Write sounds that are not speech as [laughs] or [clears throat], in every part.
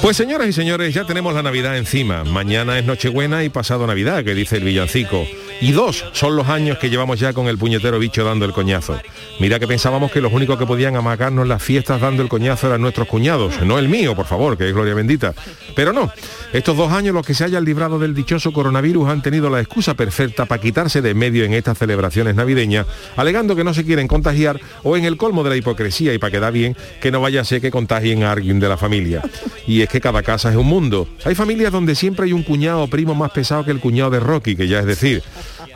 Pues señoras y señores, ya tenemos la Navidad encima. Mañana es Nochebuena y pasado Navidad, que dice el villancico. Y dos son los años que llevamos ya con el puñetero bicho dando el coñazo. Mira que pensábamos que los únicos que podían amagarnos las fiestas dando el coñazo eran nuestros cuñados, no el mío, por favor, que es gloria bendita. Pero no, estos dos años los que se hayan librado del dichoso coronavirus han tenido la excusa perfecta para quitarse de medio en estas celebraciones navideñas, alegando que no se quieren contagiar o en el colmo de la hipocresía y para quedar bien que no vaya a ser que contagien a alguien de la familia. Y es que cada casa es un mundo. Hay familias donde siempre hay un cuñado o primo más pesado que el cuñado de Rocky, que ya es decir.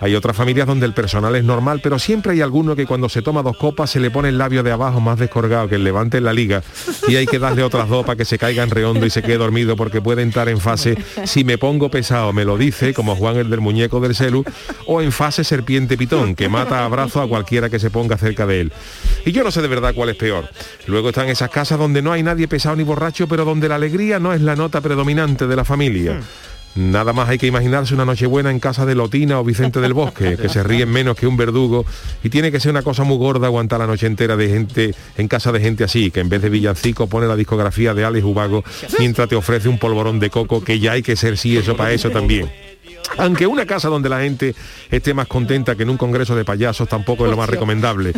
Hay otras familias donde el personal es normal, pero siempre hay alguno que cuando se toma dos copas se le pone el labio de abajo más descorgado que el levante en la liga y hay que darle otras dos para que se caiga en redondo y se quede dormido porque puede entrar en fase si me pongo pesado, me lo dice, como Juan el del muñeco del celu, o en fase serpiente pitón, que mata a abrazo a cualquiera que se ponga cerca de él. Y yo no sé de verdad cuál es peor. Luego están esas casas donde no hay nadie pesado ni borracho, pero donde la alegría no es la nota predominante de la familia. Nada más hay que imaginarse una Nochebuena en casa de Lotina o Vicente del Bosque, que se ríen menos que un verdugo, y tiene que ser una cosa muy gorda aguantar la noche entera de gente en casa de gente así, que en vez de villancico pone la discografía de Alex Ubago mientras te ofrece un polvorón de coco, que ya hay que ser sí eso para eso también. Aunque una casa donde la gente esté más contenta que en un congreso de payasos tampoco es lo más recomendable.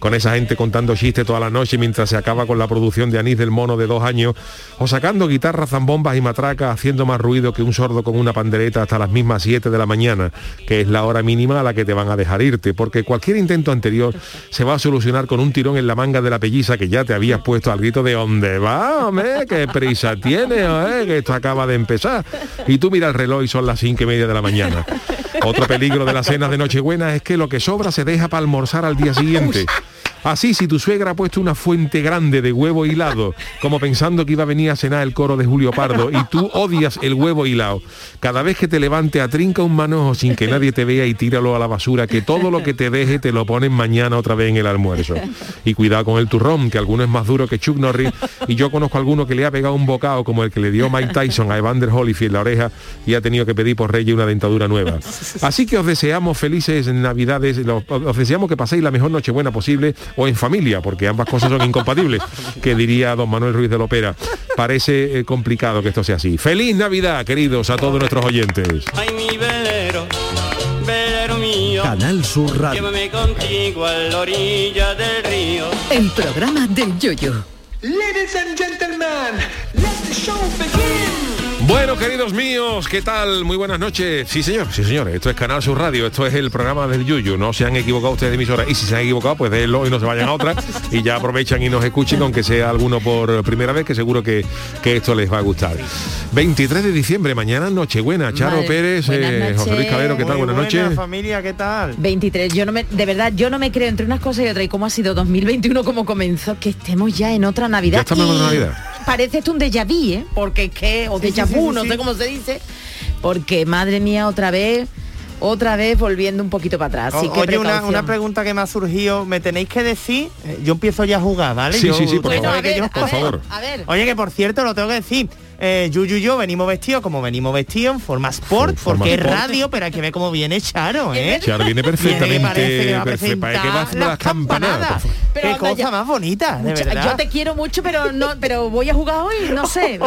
Con esa gente contando chistes toda la noche mientras se acaba con la producción de Anís del Mono de dos años, o sacando guitarras, zambombas y matracas, haciendo más ruido que un sordo con una pandereta hasta las mismas 7 de la mañana, que es la hora mínima a la que te van a dejar irte, porque cualquier intento anterior se va a solucionar con un tirón en la manga de la pelliza que ya te habías puesto al grito de ¿dónde va, hombre? ¿Qué prisa tiene, hombre? Que esto acaba de empezar. Y tú mira el reloj y son las 5 y media de la mañana. Otro peligro de las cenas de Nochebuena es que lo que sobra se deja para almorzar al día siguiente. Así, si tu suegra ha puesto una fuente grande de huevo hilado, como pensando que iba a venir a cenar el coro de Julio Pardo, y tú odias el huevo hilado, cada vez que te levante atrinca un manojo sin que nadie te vea y tíralo a la basura, que todo lo que te deje te lo ponen mañana otra vez en el almuerzo. Y cuidado con el turrón, que alguno es más duro que Chuck Norris, y yo conozco a alguno que le ha pegado un bocado como el que le dio Mike Tyson a Evander Holyfield la oreja y ha tenido que pedir por Reyes una dentadura nueva. Así que os deseamos felices Navidades, os deseamos que paséis la mejor Nochebuena posible o en familia, porque ambas cosas son incompatibles, que diría don Manuel Ruiz de Lopera. Parece eh, complicado que esto sea así. Feliz Navidad, queridos, a todos nuestros oyentes. Ay, mi velero, velero mío, Canal Sur Radio. llévame contigo a la orilla del río. El programa del yoyo. Ladies and gentlemen, let the show begin. Bueno, queridos míos, ¿qué tal? Muy buenas noches. Sí, señor, sí, señores. Esto es Canal Sur Radio, esto es el programa del Yuyu. No se han equivocado ustedes de emisora. Y si se han equivocado, pues déjenlo y no se vayan a otra. Y ya aprovechan y nos escuchen, aunque sea alguno por primera vez, que seguro que, que esto les va a gustar. 23 de diciembre, mañana, Nochebuena. Charo Vale, Pérez, buenas eh, José Luis noches. Cabero, ¿qué tal? Muy Buenas buena, noches. familia, ¿qué tal? 23, yo no me, de verdad, yo no me creo entre unas cosas y otras. ¿Y cómo ha sido 2021? ¿Cómo comenzó? Que estemos ya en otra Navidad. Ya estamos en otra Y Navidad. Parece esto un déjà vu, ¿eh? Porque es que, o Sí, déjà sí, vu, sí, sí, no sí. sé cómo se dice. Porque, madre mía, otra vez, otra vez volviendo un poquito para atrás. Así O- que Oye, una, precaución. una pregunta que me ha surgido, me tenéis que decir, eh, yo empiezo ya a jugar, ¿vale? Sí, Yo- sí, sí, por ustedes Bueno, favor. a saben que ver, yo- a por ver, favor. a ver. Oye, que por cierto, lo tengo que decir. Eh, Yuyu y yo venimos vestidos como venimos vestidos en forma sport, Forma porque es sport. radio, pero hay que ver cómo viene Charo, ¿eh? Charo Viene viene que parece que perfectamente. va a perfe- presentar Para que va a hacer las campanadas. Pero Qué anda cosa ya. más bonita, de Mucha- verdad. yo te quiero mucho, pero no, pero voy a jugar hoy, no [laughs] sé.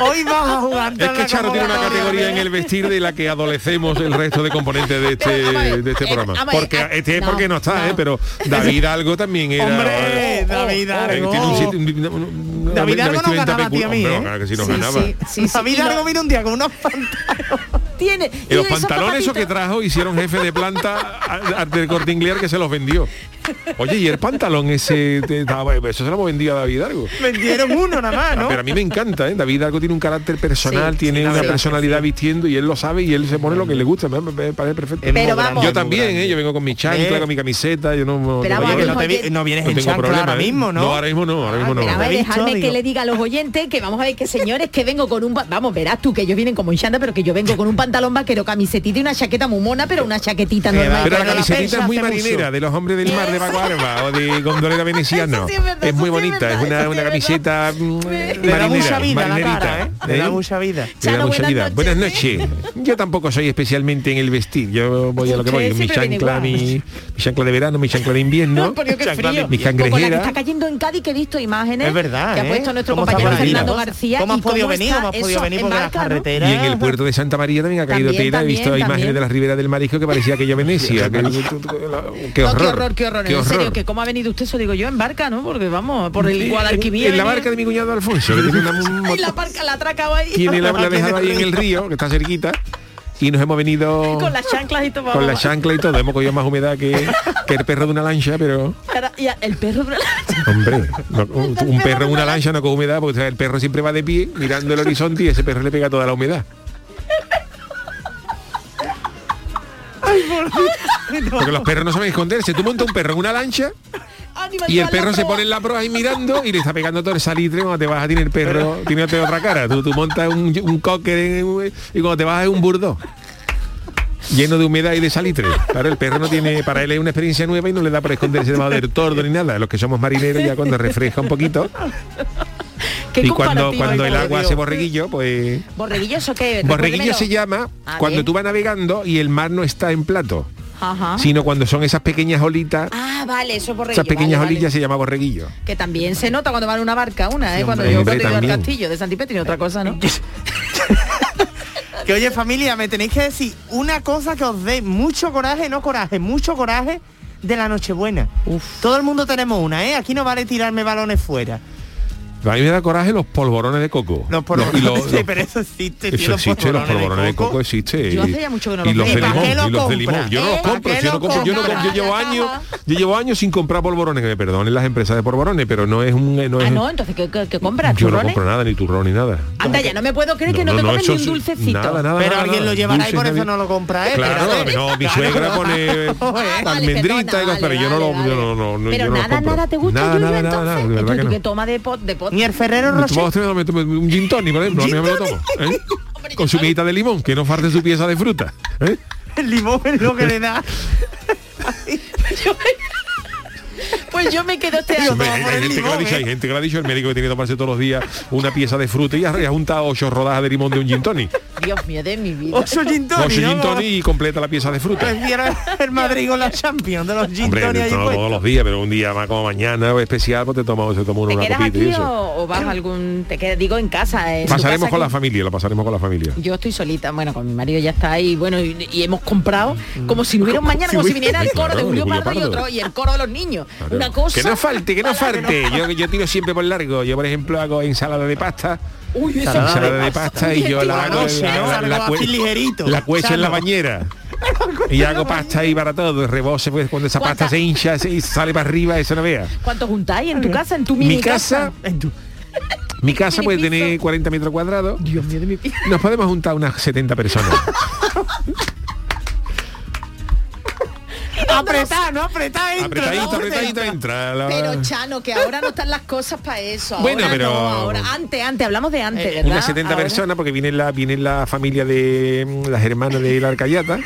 Hoy vas a jugar. Es tan que la Charo tiene una convocatoria. categoría en el vestir de la que adolecemos el resto de componentes de este, Pero, vamos a ver, de este eh, programa. vamos a ver, Porque ah, este no, porque no está, no. ¿eh? pero David Algo también era. Hombre, eh, David Algo. tiene un sitio- un- un- una David Algo nos vestimenta ganaba a ti y a pecu- mí, Hombre, ¿eh? claro que sí nos ganaba. sí, sí, sí, David y lo- Algo vino un día con unos pantalones. tiene. Y los de esos pantalones esos que zapatitos. trajo hicieron jefe de planta a- a- del corte inglés que se los vendió. Oye, y el pantalón ese, de- estaba- eso se lo hemos vendido a David Argo. Vendieron uno nada más, ¿no? Pero a mí me encanta, ¿eh? David Argo tiene un carácter personal, Sí, tiene sí, la una verdad personalidad vistiendo y él lo sabe y él se pone lo que le gusta, me, me parece perfecto. Es muy Pero vamos. yo es muy también, grande. ¿eh? yo vengo con mi chancla, Eh. con mi camiseta, yo no, no, Pero no- vamos, Oye, que no, te Oye, vi- no vienes no en tengo chancla problema. ahora ¿eh? mismo, ¿no? No, ahora mismo no, ahora mismo no. Pero a Lo ver, he visto, dejadme que digo. le diga a los oyentes que vamos a ver que señores que vengo con un... ba- Vamos, verás tú que ellos vienen como en chanda, pero que yo vengo con un pantalón vaquero, camisetita y una chaqueta muy mona, pero una chaquetita Que va, normal. Pero la Pero la camisetita pensa es muy hace marinera, mucho. de los hombres del mar de Baguarba o de Gondolera Veneciano. Eso sí es verdad, es muy eso sí es bonita, es verdad, una, eso sí una es camiseta mm, Le da marinera, mucha vida a la marinerita, cara, ¿eh? Le ¿eh? da mucha vida. Le da Chano, mucha buenas vida. noches, Buenas noches. Yo tampoco soy especialmente en el vestir. Yo voy a lo que voy. Usted Mi siempre viene chancla, igual. mi, mi chancla de verano, mi chancla de invierno. Porque qué Chancla frío. de- mi Como la que cangrejera. está cayendo en Cádiz que he visto imágenes Es verdad, que ha ¿eh? puesto nuestro ¿Cómo está compañero por ahí? Fernando García ¿Cómo has y podido venir? está ¿Cómo has podido eso venir? Porque en las Barca, ¿no? Y carreteras... en el puerto de Santa María también ha caído pues, También, tela. He visto también, imágenes también. de las riberas del Marisco que parecía aquello Venecia. que- qué No, horror. qué horror, qué horror. qué En serio, horror. que cómo ha venido usted, eso digo yo, en barca, ¿no? Porque vamos, por el Guadalquivir. En la venía- barca de mi cuñado Alfonso, que tiene una, [laughs] un Ay, la barca la atracaba ahí. tiene la, la ha dejado ahí en el río, que está cerquita, y nos hemos [laughs] venido [laughs] Con las chanclas y todo. con la vamos. chancla y todo. Hemos cogido más humedad que, que el perro de una lancha, pero... Ahora, y a- el perro de la Hombre, [laughs] no, un, perro un perro de en una una lancha no coge humedad, porque el perro siempre va de pie mirando el horizonte y ese perro le pega toda la humedad. Porque los perros no saben esconderse. Tú montas un perro en una lancha Animal y el lleva la perro se proa. pone en la proa ahí mirando y le está pegando todo el salitre cuando te vas a tiene el perro, tiene otra cara. Tú, tú montas un, un cocker en- en- y cuando te vas es un burdo. Lleno de humedad y de salitre. Claro, el perro no tiene, para él es una experiencia nueva y no le da por esconderse debajo del tordo ni nada. Los que somos marineros ya cuando refresca un poquito. Qué Y cuando, comparativo, cuando el por agua Dios. hace borreguillo, pues. Borreguillo, ¿eso qué? Borreguillo Recuérdemelo. se llama Ah, cuando bien. tú vas navegando y el mar no está en plato, Ajá. sino cuando son esas pequeñas olitas. Ah, vale, eso es borreguillo. Esas pequeñas vale, vale. olillas se llama borreguillo. Que también se nota cuando van a una barca, una, ¿eh? cuando hombre. yo cuando Hombre, he ido al también. castillo de Santipetri, otra cosa, ¿no? Que oye familia, me tenéis que decir una cosa que os dé mucho coraje, no coraje, mucho coraje de la Nochebuena. Todo el mundo tenemos una, ¿eh? Aquí no vale tirarme balones fuera. A mí me da coraje los polvorones de coco. Los y polvorones, los- [laughs] sí, los- pero eso existe, tío, eso existe, los polvorones de coco existe. Yo y- hace ya mucho que no los y los veo. de ¿Y para limón, qué lo y los de compras? limón. Yo no ¿Eh? los ¿Para compro, qué si yo lo no compro, yo no compras? compro, yo llevo Ah, Ya está. años, yo llevo años sin comprar polvorones, que me perdonen las empresas de polvorones, pero no es un eh, no Ah, es, no, entonces, ¿qué, qué- qué compras? yo no ¿Turrones? compro nada, ni turrón ni nada. Anda ya, no me puedo creer que no, te comes ni eso un es- dulcecito. Nada, nada, Pero nada, alguien nada. lo llevará y Dulces por eso navi- no lo compra, ¿eh? Claro, Espérate. no, mi suegra [laughs] pone Ah, vale, almendrita y cosas, pero yo no lo yo no- no- no- Pero yo no lo nada, compro. nada, ¿te gusta Nada, el yuyu nada, nada, entonces? nada, de Entonces, verdad que ¿tú no. qué toma de pot? De pot? Ni el Ferrero Me tomo Rocher. otro, me tomo un gin tonic, por ejemplo, a mí me lo tomo, ¿eh? Con su miguita de limón, que no falte su pieza de fruta. ¿eh? El limón es lo que le [laughs] da. Pues yo me quedo este año. [laughs] Hombre, vamos hay, por el hay gente que lo ha limón, dicho, hay ¿eh? gente que lo ha dicho, el médico que tiene que tomarse todos los días una pieza de fruta y ha, y ha juntado ocho rodajas de limón de un gin tonic. Dios mío, de mi vida. Ocho gin Ocho tonic, gin ¿no? tonic y completa la pieza de fruta. Prefiero el Madrid con la Champions de los gin Hombre, tonic pues. ahí no puestos. todos los días, pero un día más como mañana o especial, pues te tomas te toma uno ¿Te una quedas copita y aquí eso. o, o vas a algún... Te quedas, digo, en casa? en tu Pasaremos casa con la que- familia, lo pasaremos con la familia. Yo estoy solita, bueno, con mi marido ya está ahí, bueno, y, y hemos comprado como si no hubiera un mañana, Mm. Si como si hubiera- viniera el coro de Claro, Julio de Julio Pardo y Pardo. otro, y el coro de los niños. [laughs] Claro. Una cosa... Que no falte, que no falte. Yo, yo tiro siempre por largo. Yo, por ejemplo, hago ensalada de pasta. Uy, eso ensalada me de, pasa. [laughs] pasta y yo la hago noche, ¿no? la, la, Algo así ligerito, la cuecho en la sano. [laughs] bañera. Y hago pasta ahí para todo, reboce pues cuando esa ¿Cuánta- pasta se hincha se- y sale para arriba, eso no vea. ¿Cuánto juntáis en tu casa, en tu mini Mi casa, En tu- mi casa puede Mini piso. tener 40 metros cuadrados. Dios mío, de mi vida. Nos podemos juntar unas 70 [laughs] personas. Apretá, no apretá, entra. apretadito, ¿no? apretadito entra. la- Pero Chano, que ahora no están las cosas para eso. Ah. Bueno, ahora pero- Eh, no, ahora antes, antes, hablamos de antes, ¿verdad? unas 70 Ahora- personas porque viene la viene la familia de mm, las hermanas de la Arcayata,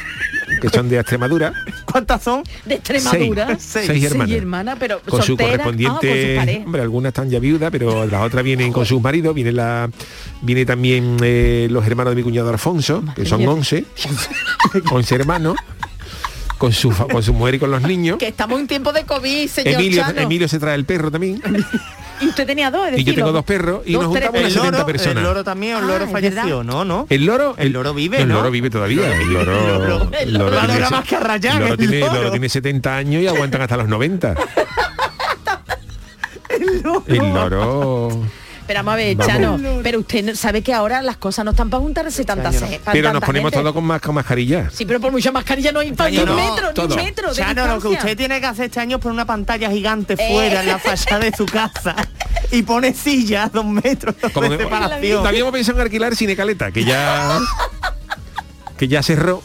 que son de Extremadura. ¿Cuántas son? De Extremadura. Seis, seis hermanas. pero con su solteras, ah, correspondiente con sus parejas. hombre algunas están ya viudas pero las otras vienen con sus maridos viene la viene también eh, los hermanos de mi cuñado Alfonso que son mía. 11 11 hermanos con su fa- con su mujer y con los niños Que estamos en tiempo de COVID, señor Emilio, Chano. Emilio se trae el perro también Y usted tenía dos, es Y yo decir, tengo los- dos perros y nos tres juntamos El unas 70 loro, personas. el loro también, el Ah, loro ¿es falleció, ¿no? ¿No? el loro El loro vive, el ¿no? loro vive todavía el loro El loro- el loro valora más que a Rayán, el loro el tiene, el loro loro. tiene 70 años [laughs] y aguantan hasta los 90 el loro Pero vamos a ver, Vamos. Chano, pero usted no- sabe que ahora las cosas no están para juntarse tantas Señora. se- para Pero nos tanta ponemos gente. todos con, más, con mascarillas. Sí, pero por mucha mascarilla no hay para ni Señora, un no, metro, ni todo. un metro de Chano, lo que distancia. Eh. usted tiene que hacer este año es poner una pantalla gigante fuera en la fachada de su casa y pone silla a dos metros Como de que- separación. También hemos pensado en alquilar Cinecaleta, que ya que ya cerró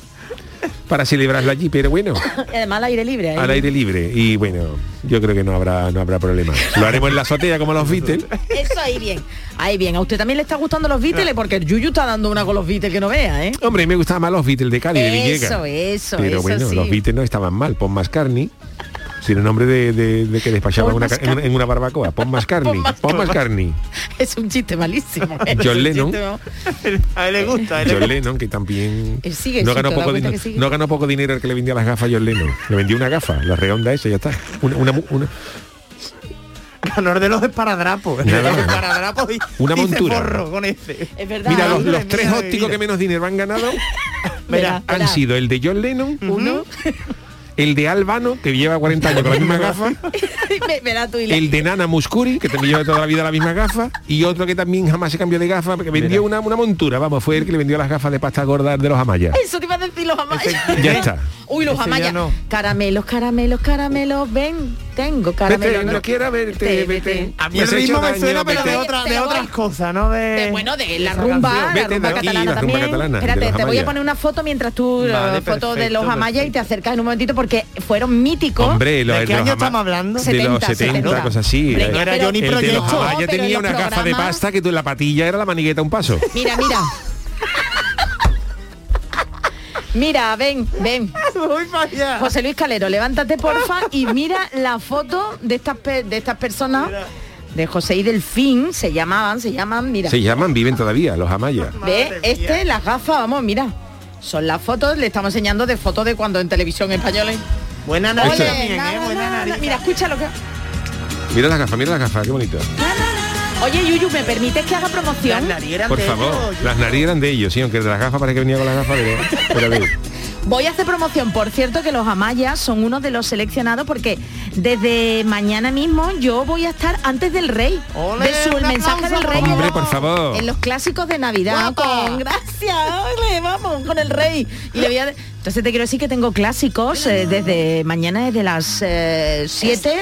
para celebrarlo allí, pero bueno, Y Además al aire libre. ahí. al aire libre. Y bueno, yo creo que no habrá no habrá problema. Lo haremos en la azotea como los Beatles. Eso ahí bien. Ahí bien. A usted también le está gustando los Beatles porque el Yuyu está dando una con los Beatles que no vea, ¿eh? [laughs] Hombre, me gustaban más los Beatles de Cali, de Villegas. Eso, eso, Pero eso bueno, sí. los Beatles no estaban mal. Pon más carne. Si era un hombre de, de- de que despachaba Paul una ca- en, Mascarni. en una barbacoa. Pon más carne. Pon más carne. Es un chiste malísimo. Es John un Lennon. chiste, [laughs] vamos. A él le gusta, a él le John Lennon, que también Él sigue, no, sí, ganó te das poco cuenta dinero, que sigue. no ganó poco dinero el que le vendía las gafas a John Lennon. Le vendió una gafa, la redonda esa, ya está. Una, una, mu- una- gusta. Ganador de los esparadrapos. Nada [laughs] Los más. esparadrapos y- Una y se montura. forró con ese. Es verdad. Mira, ¿eh? los, los mía tres de ópticos vida. que menos dinero [laughs] han ganado Verá, han verá. sido el de John Lennon, Uno. el de Albano, que lleva 40 años con la misma gafa, Ve- Verá tú [laughs] y la- el de Nana Muscuri, que también lleva toda la vida la misma gafa, y otro que también jamás se cambió de gafa, porque vendió una, una montura, vamos, fue el que le vendió las gafas de pasta gorda de los Amaya. Eso te iba a decir los amayas. Ese- ya está. [laughs] Uy, los Ese ya amayas. no. Caramelos, caramelos, caramelos. Ven, tengo caramelos. Vete, no quiera verte, Vete, vete. vete. A mí el Me has hecho ritmo me daño, suena, pero vete. de, Vete, otra- te de voy. otras cosas, ¿no? De, De- bueno, de la esa rumba, canción. Vete, la rumba de aquí, catalana la rumba también. catalana, de Espérate, los te voy Amaya. a poner una foto mientras tú, Vale, la foto de los perfecto, Amaya y te acercas en un momentito porque fueron míticos. Hombre, lo ¿De qué los año Ama- estamos hablando? De los 70, 70, 70. cosas así. ¿eh? Hombre, No era pero- Johnny El de los Proyecto. Amaya pero tenía los una gafa de programas- pasta que tú en la patilla era la manigueta a un paso. Mira, [laughs] mira. Mira, ven, ven. [laughs] Voy para allá. José Luis Calero, levántate porfa y mira la foto de estas pe- de estas personas de José y Delfín, se llamaban, se llaman, mira. Se llaman, viven todavía, los Amaya. Ve, Madre este, mía. las gafas, vamos, mira. Son las fotos, le estamos enseñando de fotos de cuando en televisión española. Buena Ole, nariz Eso. Este también, na, ¿eh? na, Buena na, na. nariz. Mira, escucha lo que. Mira las gafas, mira las gafas, qué bonito. Oye, Yuyu, ¿me permites que haga Las promoción? narices eran Por de favor, ellos. las narices eran de ellos, sí, aunque el de las gafas parece que venía con las gafas, pero, pero de- [laughs] Voy a hacer promoción, por cierto, que los Amayas son uno de los seleccionados porque desde mañana mismo yo voy a estar antes del rey. ¡Ole, de su, el un mensaje del aplauso! rey. Hombre, en- por favor. En los clásicos de Navidad. ¡Guapa! Con gracias, ole, vamos, con el rey. Y le voy a- entonces te quiero decir que tengo clásicos eh, desde mañana, desde las 7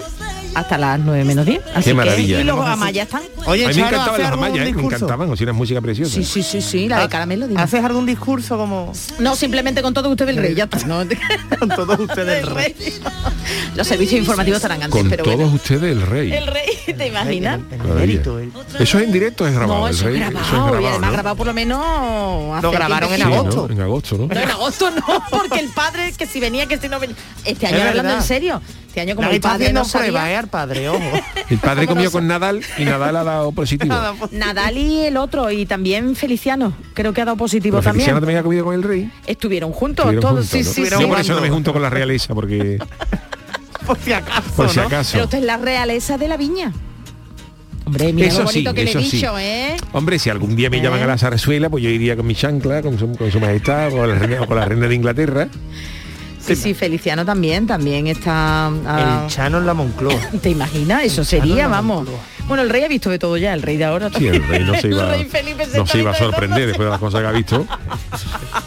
hasta las 9 menos 10. Así maravilla. Que, y los Amayas están. Oye, A mí me Charo, encantaban ¿haces las algún Amaya, ¿eh? me discurso? encantaban, o sea, una música preciosa. Sí, sí, sí, sí, la de caramelo. dime. ¿Haces algún discurso [laughs] como [laughs] No, simplemente con todo usted ve el rey, ya está. ¿no? [laughs] con todos ustedes del rey. Los servicios informativos estarán antes, Con pero todos bueno. ustedes el rey. El rey, ¿te imaginas? El, el Maravilla. mérito, el- Eso es en directo, es grabado. No, el eso es rey, grabado, eso es y además ¿no? grabado por lo menos hace Lo grabaron en Sí, 15 ¿no? agosto. días. En agosto, ¿no? [laughs] [laughs] No, en agosto no, porque el padre que si venía, que si no venía. Este año Es hablando verdad. en serio. Este año como Nadie el está padre haciendo no prueba, ¿eh? sabía. Al padre, [laughs] ojo. El padre comió con Nadal y Nadal ha dado positivo. Nada, pues. Nadal y el otro y también Feliciano, creo que ha dado positivo Pero también. Feliciano también ha comido con el rey. Estuvieron juntos Estuvieron todos, juntos, sí, ¿no? sí, Estuvieron sí. Yo por eso no me jugando. junto con la realeza, [laughs] porque Por si acaso, por si ¿no? Pero acaso. usted es la realeza de la viña. Hombre, mira Eso lo bonito sí, que le he eso sí. dicho, ¿eh? Hombre, si algún día me llaman a la zarzuela, pues yo iría con mi chancla, con su, con su majestad, o con la, reina, o con la reina de Inglaterra. Sí, sí, Feliciano también, también está... ah, El Chano en la Moncloa. ¿Te imaginas? Eso no, sería, no, vamos. no. Bueno, el rey ha visto de todo ya, el rey de ahora. Sí, el rey no se [laughs] El iba, rey Felipe se no está se iba viendo a de sorprender después de las cosas que ha visto. [laughs]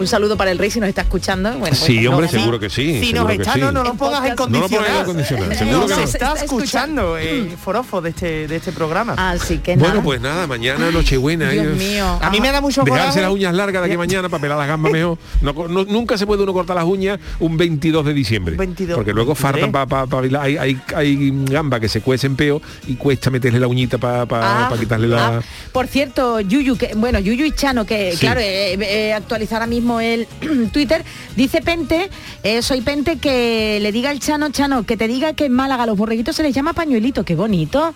Un saludo para el rey si nos está escuchando. Bueno, pues, Sí, no, hombre, no. seguro que sí. si nos seguro que está, sí. no, no lo En pongas en podcast. No lo pongas en condicional. condicional, seguro que se no. está Se está escuchando el forofo de este, de este programa. Así que nada. Bueno, pues nada, mañana Nochebuena. Dios eh. mío. a mí me da mucho Dejarse coraje. las uñas largas de aquí mañana para pelar las gambas mejor. No co- no- nunca se puede uno cortar las uñas un 22 de diciembre. 22, porque luego 23. fartan para hay, hay, hay gamba que se cuecen peo y cuesta meterle la uñita para Ah, quitarle la... ah, por cierto, Yuyu, que, bueno, Yuyu y Chano, que Sí. claro, eh, eh, actualiza ahora mismo el [clears throat] Twitter, dice Pente, eh, soy Pente, que le diga al Chano, Chano, que te diga que en Málaga los borreguitos se les llama pañuelito, qué bonito.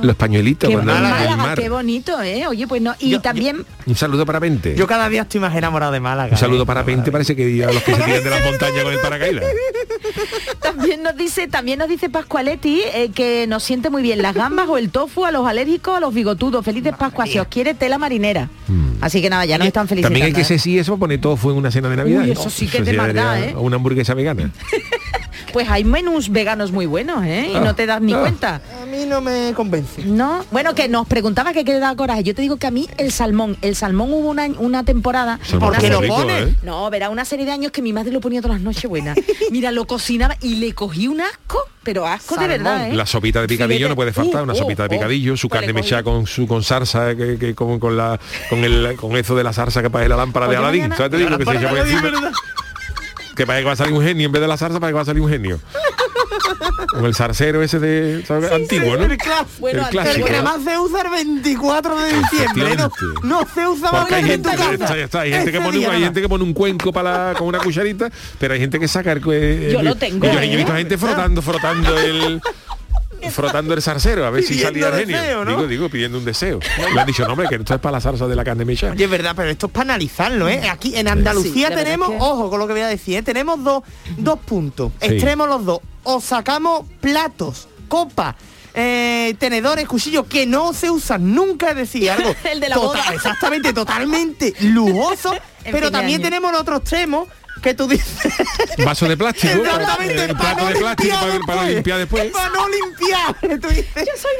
Los pañuelitos Qué, cuando en andan en el Málaga, mar. qué bonito, ¿eh? Oye, pues no, y Yo- yo- también... Un saludo para Pente. Yo cada día estoy más enamorado de Málaga. Un saludo ¿eh? para Pente, parece que a los que se tiran de las montañas con el paracaídas. También nos dice, también nos dice Pascualetti eh, que nos siente muy bien las gambas o el tofu a los alérgicos, a los bigotudos. Felices Pascuas, si os quiere tela marinera. Así que nada, ya nos están felicitando. Mm. También hay que ¿eh? ser si eso, pone todo fue en una cena de Navidad. Uy, ¿eh? eso sí que es de sería maldad, ¿eh? Una hamburguesa vegana. Pues hay menús veganos muy buenos, ¿eh? Y no te das ni ah. cuenta. A mí no me convence. No, bueno, que nos preguntaba que qué le da coraje. Yo te digo que a mí el salmón, el salmón hubo una, una temporada. Salmón una está serie- rico, ¿eh? No, verá, una serie de años que mi madre lo ponía todas las noches buenas. Mira, lo cocinaba y le cogí un asco, pero asco Salmón. de verdad, ¿eh? La sopita de picadillo Filete. no puede faltar, Uh, una oh, sopita de oh. picadillo, su Pues le carne cogí- mechada con su con salsa, eh, que, que- con, con la con el con eso de la salsa que parece la lámpara Pues de yo Aladín. mañana- ¿Sabes te digo que se echa por encima? Que parece que va a salir un genio en vez de la salsa, parece que va a salir [laughs] un genio. Con el zarcero ese de ¿sabes? antiguo, ¿no? El clásico. Bueno, el antes- El clásico. que ¿no? más se usa el 24 de diciembre. No, Efectivamente. no se usa más Porque hay que en gente, tu casa. está- está- hay gente que Ese pone, un- día hay nada. gente que pone un cuenco para la- con una cucharita, pero hay gente que saca el cue- Yo el- lo tengo, y Yo, yo he ¿eh? visto gente frotando, frotando el frotando el zarcero a ver si Pidiendo salía el genio. deseo, ¿no? Digo, digo, pidiendo un deseo. Le han dicho, no, hombre, que esto es para la salsa de la carne mechada. Oye, es verdad, pero esto es para analizarlo, ¿eh? Aquí en Andalucía Sí, la verdad tenemos, es que- ojo con lo que voy a decir, ¿eh? tenemos dos, dos puntos, Sí. extremos los dos. O sacamos platos, copas, eh, tenedores, cuchillos que no se usan nunca, es decir, algo [laughs] El de la total- boda. exactamente, totalmente [laughs] lujoso, En fin pero de también año. tenemos el otro extremo que tú [laughs] dices. Vaso de plástico, [laughs] Exactamente, el para plato no de plástico limpiar para, para [laughs] limpiar después. Para no limpiar, tú dices. [laughs] Yo soy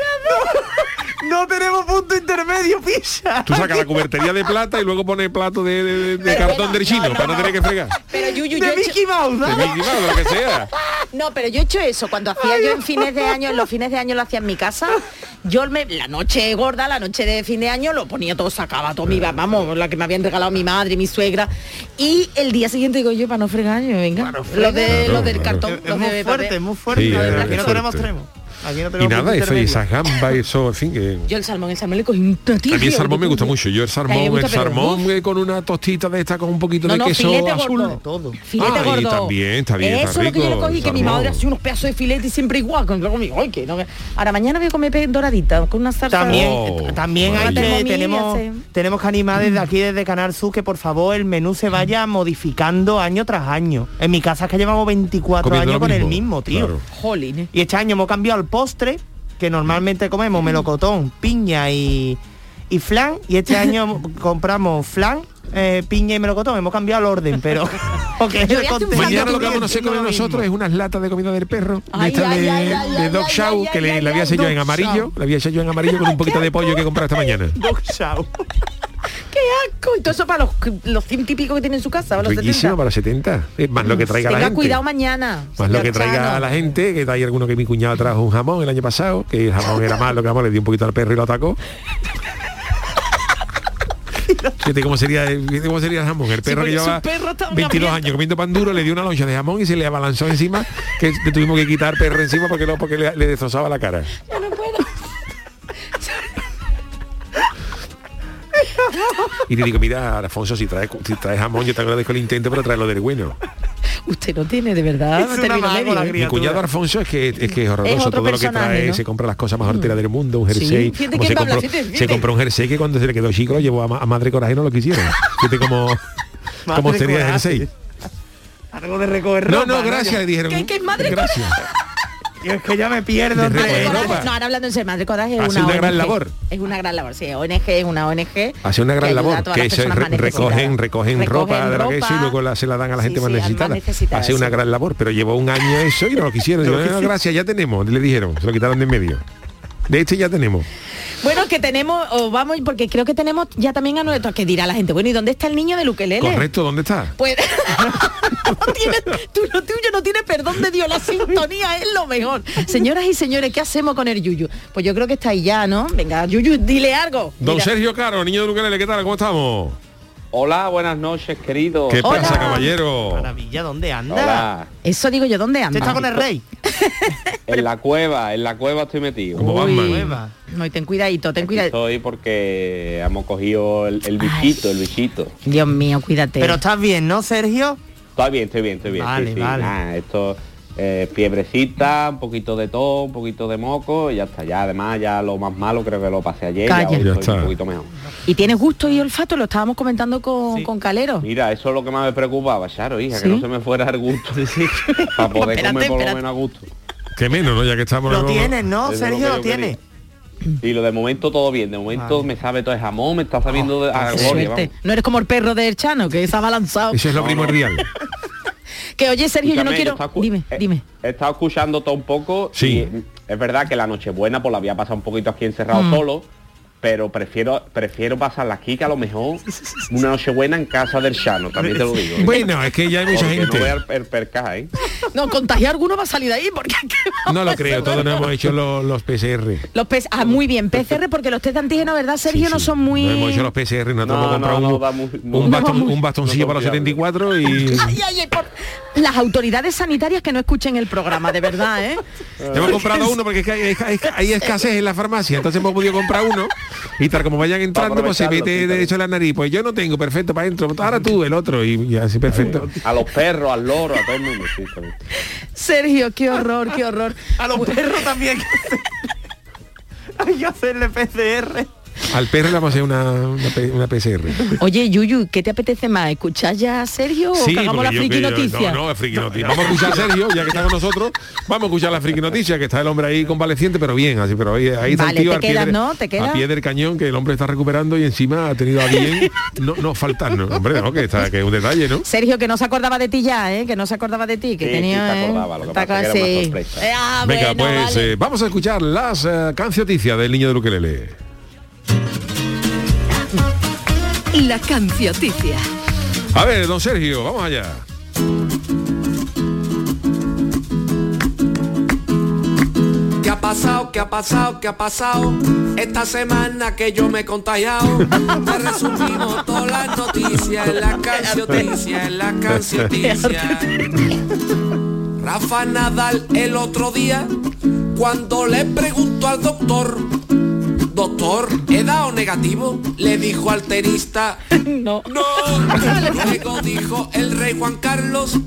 no, no tenemos punto intermedio, picha. Tú sacas la cubertería de plata y luego pones el plato de, de- de cartón bueno, del chino no, no, para no, no. tener que fregar. Pero Yuyu, yo de he hecho- Mickey Mouse, De ¿no? Mickey Mouse, lo que sea. No, pero yo he hecho eso. Cuando hacía yo en fines de año, en los fines de año lo hacía en mi casa. Yo me, la noche gorda, la noche de fin de año, lo ponía todo, sacaba todo, me Eh. iba, vamos, la que me habían regalado mi madre, mi suegra. Y el día siguiente digo yo, para no fregar, yo, venga, lo, de, Claro, lo Es, del claro. cartón, es lo de muy papel. fuerte, es muy fuerte. Sí, la verdad, es aquí no fuerte. tenemos extremos. Aquí no tenemos Y nada, punto eso, y intermedio. esas gambas y eso, en fin, que... Yo el salmón, el salmón le cogí un tatillo. A mí el salmón me gusta mucho. Yo A mí me el salmón, gusta, el pero, salmón uf, eh, con una tostita de esta con un poquito No, de no, queso filete azul. gordo. Todo. Filete Ah, y gordo. también, está bien, Eso está es lo que yo le rico, cogí, que mi salmón. madre hacía unos pedazos de filete y siempre igual. Con, conmigo, ay, que no, que- Ahora mañana voy a comer pe- doradita con una salsa. También, eh, Oh, también hay maravilla. Mm. que, Tengo tenemos, millas, eh. tenemos que animar desde aquí, desde Canal Sur, que por favor el menú se vaya modificando año tras año. En mi casa es que llevamos 24 Comiendo años lo con el mismo, mismo, tío. claro. Jolín. ¿eh? Y este año hemos cambiado el postre, que normalmente Mm. comemos melocotón, piña y, y flan. Y este [laughs] año compramos flan, eh, piña y melocotón. Hemos cambiado el orden, [laughs] pero... [laughs] porque Yo el voy a hacer un contenido Mañana lo que vamos a hacer siendo comer lo mismo. nosotros es unas latas de comida del perro, de Ay, esta ay, de, ay, ay, de ay, Dog ay, Chow, ay, que le- ay, la había ay, hecho yo en Dog amarillo, Chow. la había hecho yo en [laughs] amarillo con un poquito de pollo que he comprado esta mañana. Dog [laughs] Chow. ¡Qué asco! Y todo eso para los, los 100 típicos que tiene en su casa, para los Riquísimo 70. para 70. Es más lo que traiga la Tenga gente. cuidado mañana. Más Pues lo que señor traiga Chano. la gente, que hay alguno que mi cuñado trajo un jamón el año pasado, que el jamón era malo, que vamos, le dio un poquito al perro y [laughs] lo atacó. Fíjate cómo sería, fíjate cómo sería el jamón. El perro porque que es un llevaba perro tan 22 hambriento. años comiendo pan duro, le dio una loncha de jamón y se le abalanzó encima, que le tuvimos que quitar perro encima porque no, porque le, le destrozaba la cara. Yo no puedo. [laughs] Y le digo, mira, Alfonso, si traes, si traes jamón, yo te agradezco el intento, pero traerlo del bueno. Usted no tiene de verdad. Es una término mago, medio, la ¿eh? gri- Mi cuñado Alfonso es que es, que es horroroso Es otro todo lo que personaje, trae, ¿no? se compra las cosas más horteras del mundo, un jersey. fíjate como que se, me habla, compró, fíjate, se fíjate. compró un jersey que cuando se le quedó chico lo llevó a, ma- a madre coraje y no lo quisieron. [laughs] Fíjate como como Madre sería el Coraje. jersey. Algo de recoger No, ropa, no, gracias, le dijeron. ¿Qué- qué es madre gracias. Yo es que ya me pierdo. De entre- recoger Coraje- Europa. No, ahora hablando en serio, Madre Coraje es Hace una, una gran ONG. labor. Es una gran labor, sí. ONG es una ONG. Hace una gran que ayuda a labor, todas que las eso es, personas más re- recogen, necesitadas. recogen ropa de la que eso y ropa. luego la- se la dan a la Sí, gente sí, más a las necesitada. necesitadas, Hace una sí. gran labor, pero llevó un año eso y no lo [laughs] quisieron. No lo Digo, no, no, quisieron. gracias, ya tenemos, le dijeron, se lo quitaron de en medio. De este ya tenemos. Bueno, que tenemos, o vamos, porque creo que tenemos ya también a nuestro, que dirá la gente, bueno, ¿y dónde está el niño de Luquelele? Correcto, ¿dónde está? Pues [laughs] no tiene- tú lo tuyo no tiene perdón de Dios, la sintonía es lo mejor. Señoras y señores, ¿qué hacemos con el Yuyu? Pues yo creo que está ahí ya, ¿no? Venga, Yuyu, dile algo. Don Mira. Sergio Caro, niño de Luquelele, ¿qué tal? ¿Cómo estamos? Hola, buenas noches, querido. ¿Qué Hola. pasa, caballero? Maravilla, ¿dónde anda? Hola. Eso digo yo, ¿dónde ¿Usted está anda? con el rey? En la cueva, en la cueva estoy metido. Como Uy. Batman. Nueva. No, y ten cuidadito, ten cuidado. Estoy porque hemos cogido el, el bichito, el bichito. Dios mío, cuídate. Pero estás bien, ¿no, Sergio? Está bien, estoy bien, estoy bien. sí, Vale, sí, vale. nada, esto eh, fiebrecita, un poquito de todo, un poquito de moco y ya está. Ya además ya lo más malo creo que lo pasé ayer. Calla. Ya, hoy Ya estoy está. un poquito mejor. y tienes gusto y olfato, lo estábamos comentando con, con Calero. Mira, eso es lo que más me preocupaba, Charo, hija, ¿Sí? que no se me fuera el gusto. [laughs] Para poder Espérate, comer por espérate. lo menos a gusto. Que menos, ¿no? Ya que estamos... Lo tienes, ¿no? Eso es Sergio que lo yo tiene. quería. Y lo de momento todo bien, de momento Vale. me sabe todo el jamón, me está sabiendo de, a Qué gloria, suerte. vamos. [laughs] No eres como el perro del Chano, que se ha balanzado. Eso es lo primordial. Que oye, Sergio, yo no Escúchame, quiero... he estado escu- Dime, he- dime. He estado escuchando todo un poco. Sí. y es verdad que la Nochebuena pues la había pasado un poquito aquí encerrado Mm. solo, pero prefiero prefiero pasarla aquí que a lo mejor una Nochebuena en casa del Chano, también te lo digo. ¿eh? Bueno, es que ya hay mucha Porque No vea gente. el, el percaje, ¿eh? No, contagiar alguno va a salir de ahí porque... No lo creo, todos no hemos hecho lo- los PCR. Los pes- ah, muy bien, PCR porque los test de antígeno, ¿verdad, Sergio? Sí, No sí. son muy... No hemos hecho los PCR, no, No, hemos no, comprado no, un, va muy- un no, va bastón- muy- un bastoncillo no para los 74 confiable. y... [laughs] Ay, ay, ay, por- Las autoridades sanitarias que no escuchen el programa, de verdad, ¿eh? Hemos comprado uno porque es que hay, hay- hay escasez en la farmacia, entonces hemos podido comprar uno y tal como vayan entrando, pues se aprovecharlo, mete sí, de también. hecho en la nariz. Pues yo no tengo, perfecto, para adentro. Ahora tú, el otro, y, y así perfecto. A los perros, al loro, a todo el mundo. sí, también. Sergio, qué horror, qué horror. A los perros también. [laughs] Hay que hacerle PCR. Al perro le vamos a hacer una, una P- una PCR. Oye, Yuyu, ¿qué te apetece más? ¿Escuchar ya a Sergio o que hagamos la porque yo- friki que yo- noticia? No, no, friki noticia. Vamos a escuchar a Sergio, ya que está con nosotros, vamos a escuchar la friki noticia, que está el hombre ahí convaleciente, pero bien, así, pero ahí, ahí está Vale, el tío te al pie quedas, del- ¿no? ¿Te a quedas? pie del cañón, que el hombre está recuperando y encima ha tenido a bien no, no faltar, no, hombre, no, que, está, que es un detalle, ¿no? Sergio, que no se acordaba de ti ya, ¿eh? Que no se acordaba de ti, que Sí, sí, tenía... se ¿eh? acordaba, lo que Está pasa es que era casi- una sorpresa. Eh, ah, Venga, bueno, pues vale. eh, vamos a escuchar las eh, cancioticias del niño de Luquelele. eh, La cancioticia. A ver, don Sergio, vamos allá. ¿Qué ha pasado? ¿Qué ha pasado? ¿Qué ha pasado? Esta semana que yo me he contagiado, te resumimos todas las noticias en la cancioticia, en la cancioticia. Rafa Nadal el otro día, cuando le preguntó al doctor, doctor, ¿he dado negativo? Le dijo al tenista, No. no. Luego dijo el rey Juan Carlos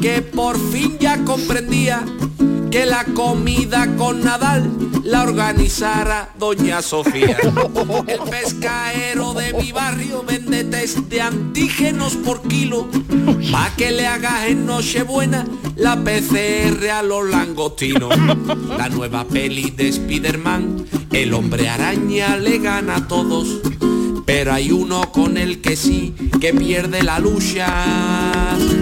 que por fin ya comprendía que la comida con Nadal la organizara Doña Sofía. El pescaero de mi barrio vende test de antígenos por kilo pa' que le hagas en Nochebuena la PCR a los langostinos. La nueva peli de Spider-Man, el hombre araña le gana a todos. Pero hay uno con el que sí, que pierde la lucha.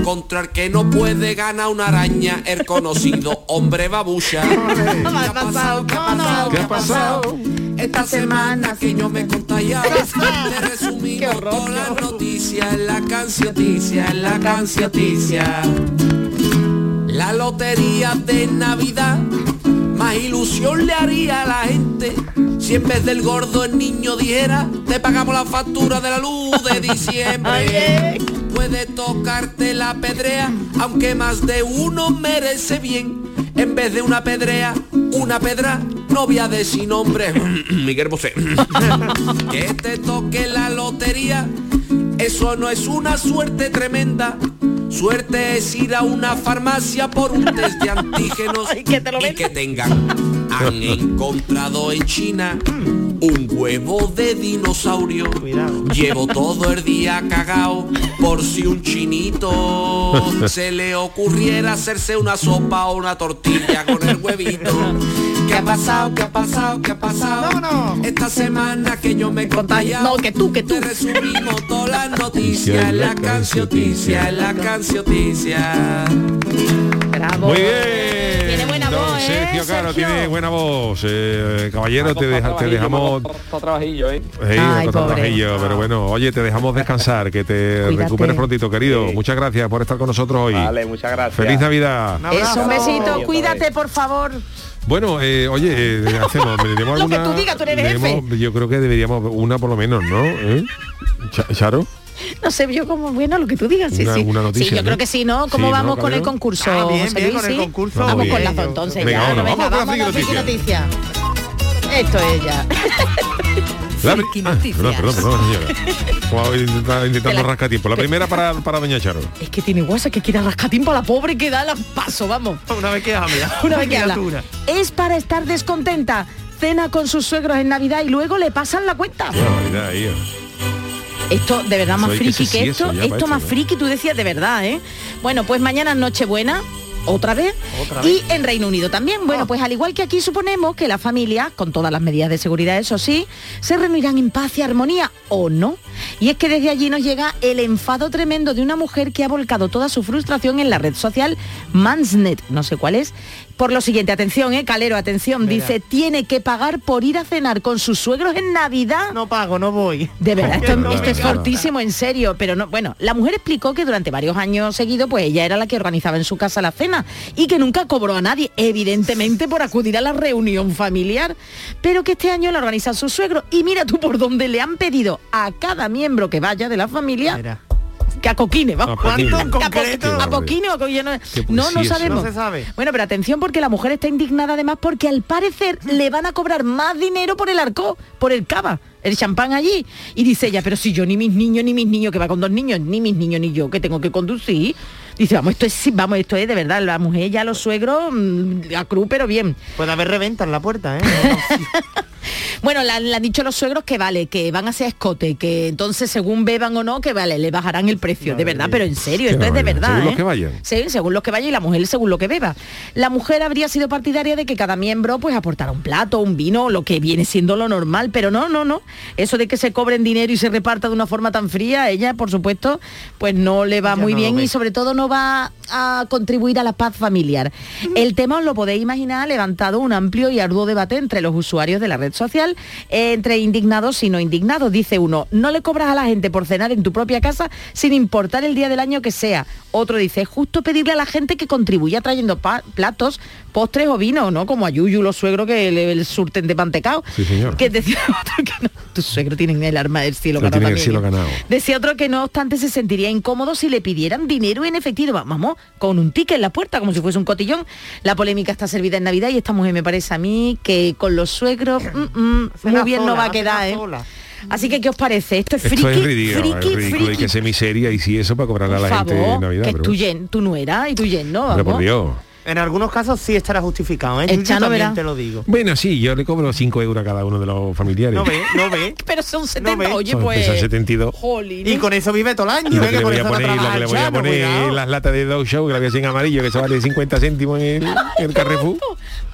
Contra el que no puede ganar una araña, el conocido hombre babucha. ¿Qué ha pasado? ¿Qué ha pasado? ¿Qué ha pasado? Esta semana que yo me he [laughs] contagiado, te resumimos todas las noticias en la cancioticia, en la cancioticia. La lotería de Navidad más ilusión le haría a la gente si en vez del gordo el niño dijera te pagamos la factura de la luz de diciembre. Puede tocarte la pedrea, aunque más de uno merece bien. En vez de una pedrea, una pedra, novia de sin nombre. [coughs] Miguel Bosé. [coughs] que te toque la lotería, eso no es una suerte tremenda. Suerte es ir a una farmacia por un test [laughs] de antígenos Y que te lo y vendan. que tengan. Han encontrado en China un huevo de dinosaurio. Cuidado. Llevo todo el día cagao por si un chinito se le ocurriera hacerse una sopa o una tortilla con el huevito. ¿Qué ha pasado? ¿Qué ha pasado? ¿Qué ha pasado? Vámonos. Esta semana que yo me he contagiado. No, que tú, que tú. Te resumimos todas las noticias, en la cancioticia, en la cancioticia. Bravo. Muy bien. Tiene buena Don voz, ¿eh, Sergio, claro, Sergio? tiene buena voz. Eh, caballero, te, deja- te dejamos... Me ha costado trabajillo, ¿eh? Ey, Ay, con pobre. trabajillo, pero bueno, oye, te dejamos descansar, que te Cuídate. recuperes prontito, querido. Sí. Muchas gracias por estar con nosotros hoy. Vale, muchas gracias. Feliz Navidad. Un Eso, un abrazo. besito, cuídate, por favor. Bueno, eh, oye, eh, [laughs] hacemos, le demos Lo que alguna- tú digas, tú eres le jefe. demos- Yo creo que deberíamos una por lo menos, ¿no? ¿Eh? Cha- Charo. No sé, yo como, bueno, lo que tú digas, sí, Una- sí. una noticia, sí, yo ¿no? creo que sí, ¿no? ¿Cómo Sí, ¿no, vamos con el Caballero? concurso, Ah, bien, José bien, Luis, con el sí? concurso. Vamos Bien. con lazo entonces Venga, ya. vámonos, vamos con la vamos friki noticia. noticia. Esto es ya. La pri- Friki ah, Noticias. perdón, perdón, [laughs] perdón, señora. Wow, está Te intentando la- rascar tiempo. La primera para, para Doña Charo. Es que tiene guasa que quiere rascar tiempo a la pobre que da el paso, vamos. [laughs] Una vez que habla. mira. Una vez que habla. Miniatura. Es para estar descontenta. Cena con sus suegros en Navidad y luego le pasan la cuenta. Qué barbaridad, ahí, eh. Esto de verdad más Eso hay que friki ser que sí, eso esto, ya esto parece, más ¿no? friki, tú decías de verdad, ¿eh? Bueno, pues mañana es Nochebuena. Otra vez. Otra Oh. Y en Reino Unido también. Bueno, pues al igual que aquí suponemos que las familias, con todas las medidas de seguridad, eso sí, se reunirán en paz y armonía, o no. Y es que desde allí nos llega el enfado tremendo de una mujer que ha volcado toda su frustración en la red social Mansnet, no sé cuál es, por lo siguiente, atención, eh, Calero, atención, Venga. dice, tiene que pagar por ir a cenar con sus suegros en Navidad. No pago, no voy. De verdad, esto, No, esto es claro. fortísimo, en serio. Pero no, bueno, la mujer explicó que durante varios años seguidos, pues ella era la que organizaba en su casa la cena y que nunca cobró a nadie, evidentemente por acudir a la reunión familiar, pero que este año la organiza su suegro. Y mira tú por dónde le han pedido a cada miembro que vaya de la familia Mira. que a Coquine, vamos. A Coquine. ¿Cuánto en Qué concreto? barbaridad. A Coquine o a Coquine, no- Qué No, no poesía, sabemos. sí. No se sabe. Bueno, pero atención porque la mujer está indignada además porque al parecer le van a cobrar más dinero por el arco, por el cava, el champán allí. Y dice ella, pero si yo ni mis niños, ni mis niños, que va con dos niños, ni mis niños, ni yo, que tengo que conducir. Dice, vamos, esto es, sí, vamos, esto es de verdad, la mujer ya los suegros, mm, a cruz, pero bien. Puede haber reventa en la puerta, ¿eh? Bueno, le han, le han dicho los suegros que vale, que van a ser escote, que entonces según beban o no, que vale, le bajarán el precio. de verdad, pero en serio, Qué esto es de barbaridad. verdad. Según los ¿eh? que vayan. Sí, según los que vayan y la mujer según lo que beba. La mujer habría sido partidaria de que cada miembro pues aportara un plato, un vino, lo que viene siendo lo normal, pero no, no, no. Eso de que se cobren dinero y se reparta de una forma tan fría, ella, por supuesto, pues no le va Ella muy no lo bien ve. y sobre todo no va a contribuir a la paz familiar. El tema, os lo podéis imaginar, ha levantado un amplio y arduo debate entre los usuarios de la red social, eh, entre indignados y no indignados. Dice uno, no le cobras a la gente por cenar en tu propia casa sin importar el día del año que sea. Otro dice, es justo pedirle a la gente que contribuya trayendo pa- platos, postres o vino, ¿no? Como a Yuyu, los suegros que le el surten de mantecao. Sí, señor. Que decía [laughs] otro que no. Tu suegro tienen el arma del cielo Lo ganado tienen el también, cielo ¿eh? ganado. Decía otro que no obstante se sentiría incómodo si le pidieran dinero en efectivo, Va- vamos, con un ticket en la puerta, como si fuese un cotillón. La polémica está servida en Navidad y esta mujer me parece a mí que con los suegros mm, mm, Cena muy bien sola, no va a cena quedar, ¿eh? sola. Así que, ¿qué os parece? Esto es Esto friki, es ridículo, friki, es ridículo. friki. Y que se miseria y si eso para cobrarle a Por la gente en favor, Navidad. que es pero tu, bueno. yen, tu nuera y tu yen, ¿no? Hombre, por Vamos. Dios. En algunos casos sí estará justificado, ¿eh? El Yuyu, Chano también verá. te lo digo. Bueno, sí, yo le cobro 5 euros a cada uno de los familiares. No ve, no ve. Pero son No 70, ve. oye, Son- pues... son 72. jolín, Y con eso vive todo el año. Y lo ¿eh? que le con voy a eso no poner, y lo trabaja que le el voy a Chano, poner cuidado. las latas de Dow Show, que la voy a hacer en amarillo, que eso vale 50 céntimos en el, en el Carrefour.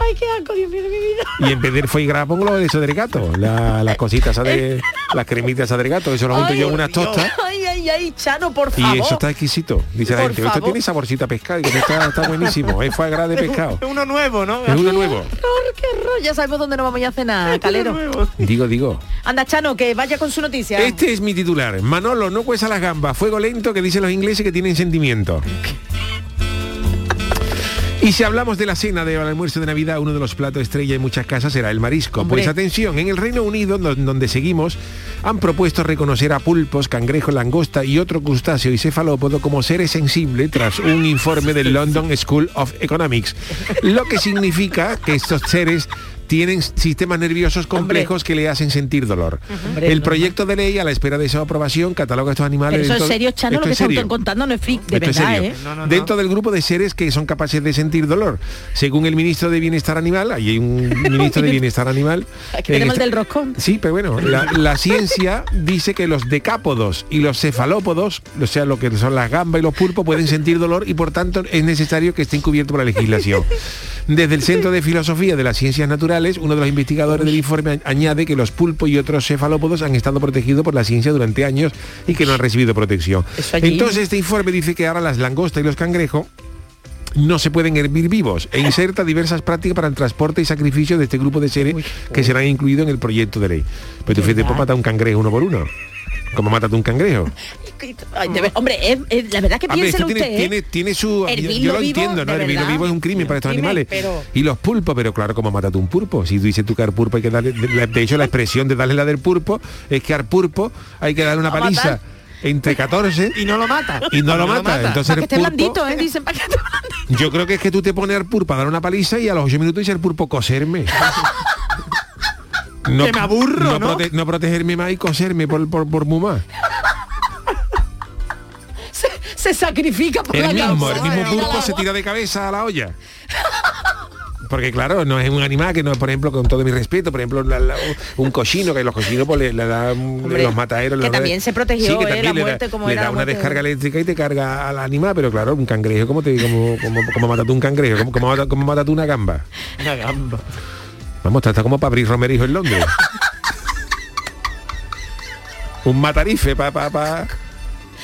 Ay, qué asco, Dios mío de mi vida. Y en vez de foie gras pongo los eso del gato, la- las cositas esas de, las cremitas esas del gato, eso lo junto Ay, yo en unas Dios. tostas. Ay, ay, ay, Chano, por Y favor. eso está exquisito, dice la Por gente. Esto favor. tiene saborcita a pescado, y que está, está buenísimo. Es foie gras [laughs] de pescado. Es [laughs] uno nuevo, ¿no? Es uno nuevo. Qué horror, qué horror. Ya sabemos dónde nos vamos ya a cenar, Calero. Digo, digo. Anda, Chano, que vaya con su noticia. Este es mi titular. Manolo no cueza las gambas. Fuego lento que dicen los ingleses que tienen sentimiento. Y si hablamos de la cena del almuerzo de Navidad, uno de los platos estrella en muchas casas será el marisco. Hombre. Pues atención, en el Reino Unido, do- donde seguimos, han propuesto reconocer a pulpos, cangrejos, langosta y otro crustáceo y cefalópodo como seres sensibles tras un informe del London School of Economics. Lo que significa que estos seres tienen sistemas nerviosos complejos que le hacen sentir dolor. Hombre, el no. proyecto de ley, a la espera de su aprobación, cataloga a estos animales... Pero eso es dentro- serio, Chano, lo Esto que es serio. están contando no es freak, de Esto es verdad, serio. ¿eh? No, no, no. Dentro del grupo de seres que son capaces de sentir dolor. Según el ministro de Bienestar Animal, ahí [laughs] hay un ministro de Bienestar Animal. Aquí tenemos en el del roscón. Sí, pero bueno, la, la ciencia dice que los decápodos y los cefalópodos, o sea, lo que son las gambas y los pulpos, pueden sentir dolor y por tanto es necesario que estén cubiertos por la legislación. Desde el Centro de Filosofía de las Ciencias Naturales, uno de los investigadores del informe a- añade que los pulpos y otros cefalópodos han estado protegidos por la ciencia durante años y que no han recibido protección. Eso allí. Entonces, este informe dice que ahora las langostas y los cangrejos no se pueden hervir vivos e inserta diversas prácticas para el transporte y sacrificio de este grupo de seres que serán incluidos en el proyecto de ley. Pero tú fíjate, pues mata a un cangrejo uno por uno. Como mátate un cangrejo. Ay, de ver- hombre, es- es- la verdad que Hombre, es que piénselo tiene, usted, ¿eh? tiene, tiene su... Yo, Hervirlo yo lo vivo, entiendo, ¿no? de Hervirlo verdad. vivo es un crimen para estos Crimen, animales. pero- Y los pulpos, pero claro, como mátate un pulpo. Si tú dices tú que al pulpo hay que darle... De, la- de hecho, la expresión de darle la del pulpo es que al pulpo hay que darle una A matar. paliza entre 14 Y no lo mata. y no lo mata. Para Entonces que el esté pulpo- blandito, ¿eh? Dicen, para que esté blandito. Yo creo que es que tú te pones al pulpo a dar una paliza y a los 8 minutos dice el [laughs] pulpo coserme. No, Que me aburro, ¿no? prote- protegerme más y coserme por, por, por mumá. Se, se sacrifica por la El mismo, causa. el mismo Ay, pulpo al se agua. tira de cabeza a la olla. Porque claro, no es un animal que no, por ejemplo, con todo mi respeto, por ejemplo, la- la- un cochino, que los cochinos pues, le, le dan Hombre, los mataderos. que los- también se protegió, Sí, que eh, también la le da- muerte como le era da la una muerte. descarga eléctrica y te carga al animal, pero claro, un cangrejo, ¿cómo te como como como matas tú un cangrejo? ¿Cómo, cómo, mata- cómo matas tú una gamba? Una gamba. [laughs] Vamos, está, está como para abrir Romerijo en Londres. un matarife pa, pa, pa.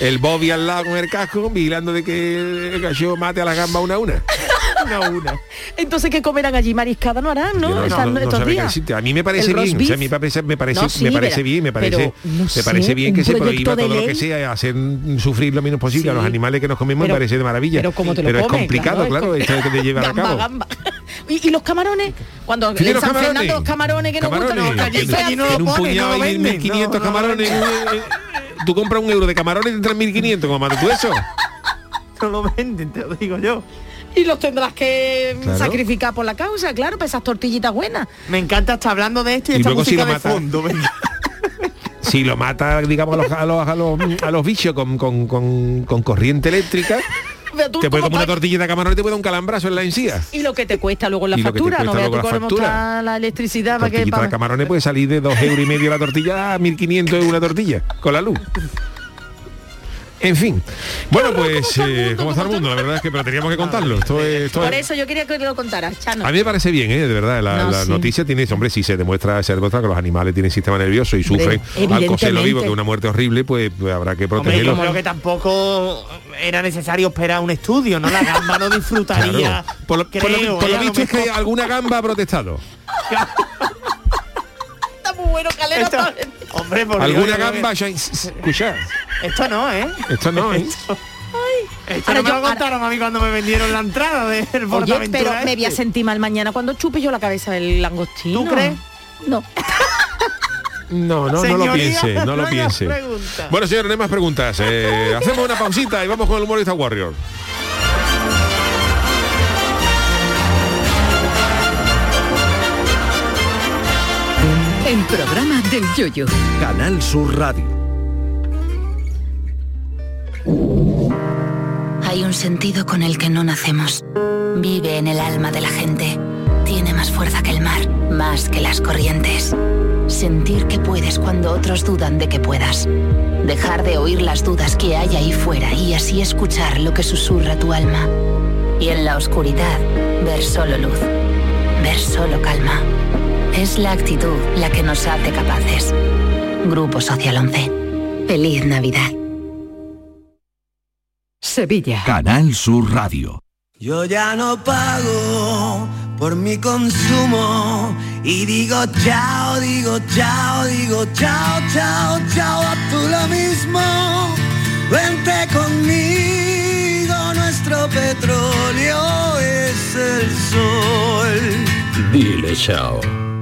El Bobby al lado con el casco, vigilando de que el gallo mate a la gamba una a una. Una a una. Entonces, ¿qué comerán allí? Mariscada no harán, ¿no? Yo Estas- no estos sabe qué días. decirte. A mí me parece El roast bien, o sea, a beef. mí me parece, me parece, No, sí, me parece pero- bien, me parece, pero, no me sé, parece bien un que se proyecto prohíba de todo lo que ley. sea, hacer sufrir lo menos posible a los Sí. animales que nos comemos Pero- me parece de maravilla. Pero como te lo es comes, complicado, claro, es esto com- de, de llevar gamba, a cabo. gamba. [laughs] ¿Y, y los camarones? Cuando Sí, en San Fernando los camarones que nos gustan, Camarones. no, allí que se allí no hace- lo en un ponen, puñado no lo hay venden, 1.500 no, no lo camarones. eh, eh, Tú compras un euro de camarones y te traen 1.500, como matas tú eso. [laughs] No lo venden, te lo digo yo. Y los tendrás que mm, Claro. sacrificar por la causa, claro, para esas tortillitas buenas. Me encanta estar hablando de esto y, Y esta luego si música lo de mata- fondo. venga. Si lo mata, digamos, a los, a los, a los- a los bichos con, con- con- con corriente eléctrica, Pero tú te puede como comer una pa- tortillita de camarones y te puede dar un calambrazo en la encía. y lo que te cuesta luego la Y lo que te factura, no cuesta veas luego tú la cómo factura. está la electricidad para que Tortillita de para- camarones puede salir de 2 euros y medio la tortilla a 1.500 euros una tortilla, con la luz. En fin. Bueno, pues, eh, ¿cómo está el mundo? La verdad es que pero teníamos que contarlo. Esto es- esto Por es- eso yo quería que lo contaras, Chano. A mí me parece bien, ¿eh? de verdad, la, No, la sí. noticia tiene, hombre, si se demuestra, se demuestra que los animales tienen sistema nervioso y sufren al evidentemente. coserlo vivo, que es una muerte horrible, pues, pues habrá que Hombre, yo protegerlos. creo que tampoco era necesario esperar un estudio, ¿no? La gamba no disfrutaría. Claro. Por lo, por lo- creo, por lo ¿eh? A lo visto es que mejor. alguna gamba ha protestado. [laughs] Está muy bueno, Calero. Esto- está- Hombre, por Dios, Alguna yo creo gamba que- ya... Escucha, Esto no, ¿eh? esto no, [laughs] ¿eh? Esto Ahora no me yo- lo contaron a mí cuando me vendieron la entrada del Oye, Portaventura pero me este. voy a sentir mal mañana cuando chupe yo la cabeza del langostino. ¿Tú crees? No. No, no, no lo Señoría, piense, no no lo hagas piense. preguntas. Bueno, señores, no hay más [laughs] preguntas. Eh, hacemos una pausita y vamos con el humorista Warrior. El programa del yoyo. Canal Sur Radio. Hay un sentido con el que no nacemos. Vive en el alma de la gente. Tiene más fuerza que el mar, más que las corrientes. Sentir que puedes cuando otros dudan de que puedas. Dejar de oír las dudas que hay ahí fuera y así escuchar lo que susurra tu alma. Y en la oscuridad, ver solo luz. Ver solo calma. Es la actitud la que nos hace capaces. Grupo Social 11. Feliz Navidad. Sevilla. Canal Sur Radio. Yo ya no pago por mi consumo y digo chao, digo chao, digo chao, chao, chao, a tú lo mismo. Vente conmigo, nuestro petróleo es el sol. Dile chao.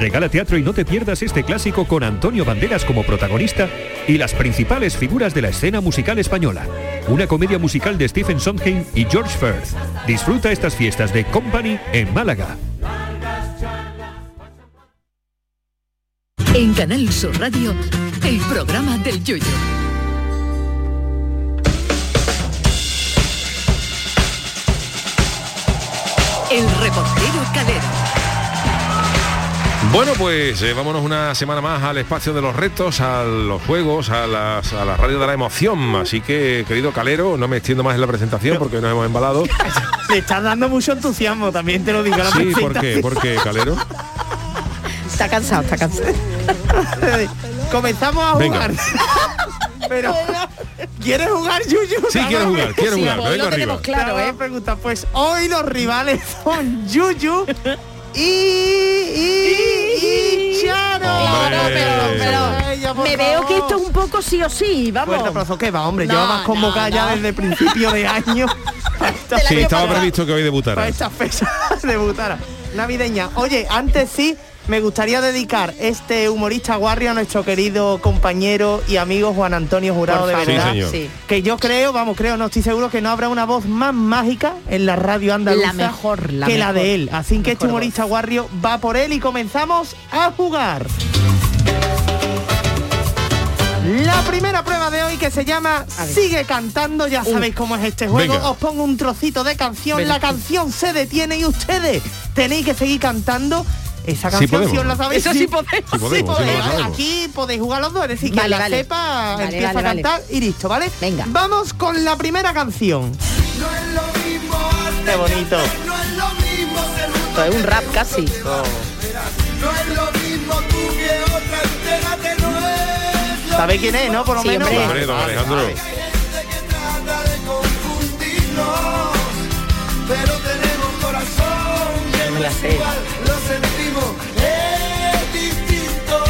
Regala teatro y no te pierdas este clásico con Antonio Banderas como protagonista y las principales figuras de la escena musical española. Una comedia musical de Stephen Sondheim y George Firth. Disfruta estas fiestas de Company en Málaga. En Canal Sur Radio, el programa del yoyo. El reportero Calero. Bueno, pues eh, vámonos una semana más al espacio de los retos, a los juegos, a las, a la radio de la emoción. Así que, querido Calero, no me extiendo más en la presentación porque nos hemos embalado. Le estás dando mucho entusiasmo, también te lo digo. la Sí, ¿por qué? presentación. ¿Por qué, Calero? Está cansado, está cansado. [laughs] Comenzamos a Venga. jugar. [laughs] Pero, ¿quieres jugar, Yuyu? Sí, quiero jugar, quiero Sí, jugar, me hoy vengo lo tenemos arriba. claro, ¿eh? Pregunta, pues hoy los rivales [laughs] son Yuyu y... y, y Charo. Claro, pero, pero me veo que esto es un poco sí o sí, vamos. Fuerte aplauso, que va, hombre, No, llevabas convocada no, ya no. desde el principio de [laughs] año. Sí, estaba previsto que hoy para debutara. estas fechas [laughs] debutara navideña. Oye, antes sí, me gustaría dedicar este humorista guarrio a nuestro querido compañero y amigo Juan Antonio Jurado Por de favor. Sí, verdad. señor. Sí. Que yo creo, vamos, creo, no estoy seguro que no habrá una voz más mágica en la radio andaluza La mejor, la que la mejor, de él. Así que este mejor humorista guarrio va por él y comenzamos a jugar. La primera prueba de hoy que se llama Sigue cantando, ya Uh. sabéis cómo es este juego. Venga. Os pongo un trocito de canción, Venga. la canción se detiene y ustedes tenéis que seguir cantando esa Sí canción si podemos. os la sabéis. Eso sí podemos. Sí podemos, sí lo sabemos. Aquí podéis jugar los dos, es decir, Vale, quien la vale. sepa Vale, empieza vale, a vale. cantar y listo, ¿vale? Venga. Vamos con la primera canción. Qué bonito. Esto es un rap casi. ¿Sabéis quién es, Eh, no? Por lo Sí, menos. hombre. Hombre, don Alejandro. Pero tenemos corazón que no es igual, lo sentimos, es distinto.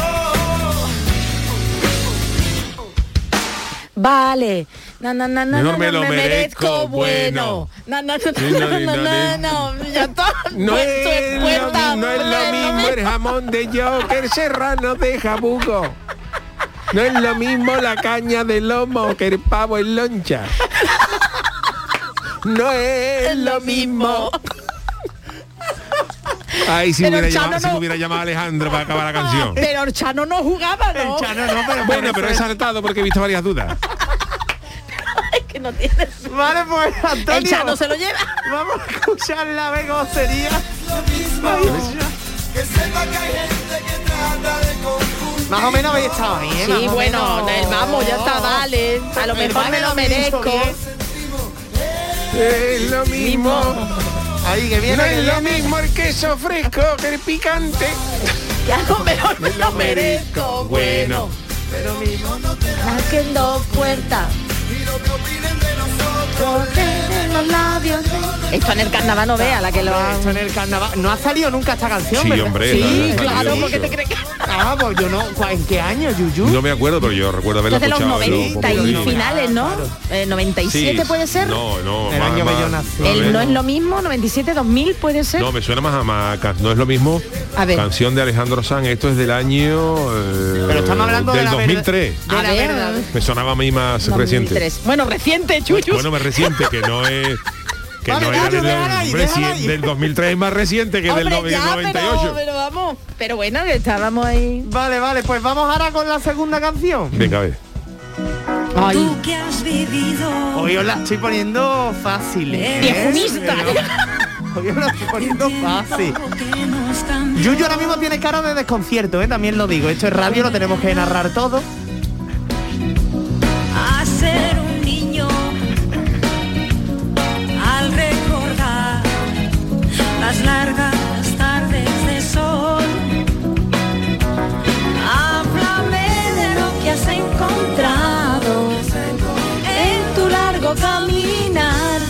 Vale. Na, na, na, na, Yo na, me na, lo merezco, bueno. Na, na, na, Sí, no, na, na, no, na, na, ya está. Pues esto es puerta, hombre, jamón de yo que el serrano de jabugo. No es lo mismo la caña de lomo que el pavo en loncha. No es lo mismo. Ay, si, Pero me hubiera, Chano llamado, si no- me hubiera llamado a Alejandro para acabar la canción. Pero el Chano no jugaba, ¿no? Bueno, pues- pero he saltado porque he visto varias dudas. Es que no tiene... Vale, pues Antonio. El Chano se lo lleva. Vamos a escuchar la begocería. Más o menos habéis estado ahí, ¿eh? Más Sí, o bueno, menos. Nel, vamos, ya está, vale. A lo El mejor vale me lo lo dicho merezco. ¿eh? bien. Es lo mismo. Ahí que viene. No es lo mismo el queso fresco que el picante. Ya no me lo, me lo merezco. Bueno. Pero mismo no Marquen dos puertas. Esto en el carnaval no vea la que lo Esto en el carnaval. No ha salido nunca esta canción, Sí, ¿verdad? hombre, Sí, claro, ha claro, salido porque mucho. te crees que. Ah, pues yo no. ¿cu- ¿En qué año, Yuyu? No me acuerdo, pero yo recuerdo haberlo es de los escuchado. en los 90 y popurrí. finales, ¿no? Eh, 97 Sí, puede ser. No, no, El más- año que más- yo a El ver. no es lo mismo, 97 2000 puede ser. No, me suena más a Macas, no es lo mismo. A ver. Canción de Alejandro Sanz, esto es del año eh, Pero estamos hablando de del la verdad- 2003. de Ah, la A ver, verdad. Me sonaba a mí más reciente. Pues 2003. Bueno, reciente, chuchus. Bueno, más reciente que no es que Vale, no era Nacho, del, déjala ahí, reci- déjala ahí. del 2003 es más reciente que del no- Hombre, del ya, pero, 98. pero vamos. Pero bueno, que estábamos ahí. Vale, vale, pues vamos ahora con la segunda canción. Venga, a ver. Tú que has vivido. Hoy os la estoy poniendo fácil. ¿eh? Viejunista. Pero Hoy os la estoy poniendo fácil. Yuyu ahora mismo tiene cara de desconcierto, ¿eh? también lo digo. Esto es radio, lo tenemos que narrar todo. A ser un niño al recordar las largas tardes de sol. Háblame de lo que has encontrado en tu largo caminar.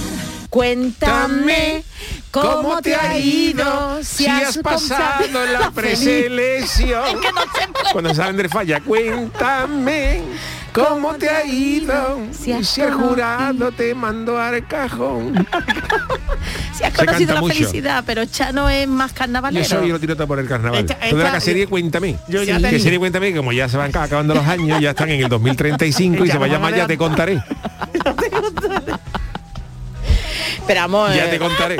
Cuéntame cómo te ha ido, Si has pasado [laughs] la preselección. Cuando salen del falla, cuéntame cómo te ha ido. Si, el jurado te mandó al cajón. Si has Se conocido canta la mucho. felicidad, pero Chano es más Y carnavalero. eso yo lo tiro todo por el carnaval. Esta- Lo de la esta- cacería, cuéntame. Yo ya Sí. tenía. Que serie, cuéntame, que como ya se van ca- acabando los años, ya están en el 2035 y Ya se va a vamos llamar Ya te adelante. contaré. Pero amor, Ya eh, te contaré.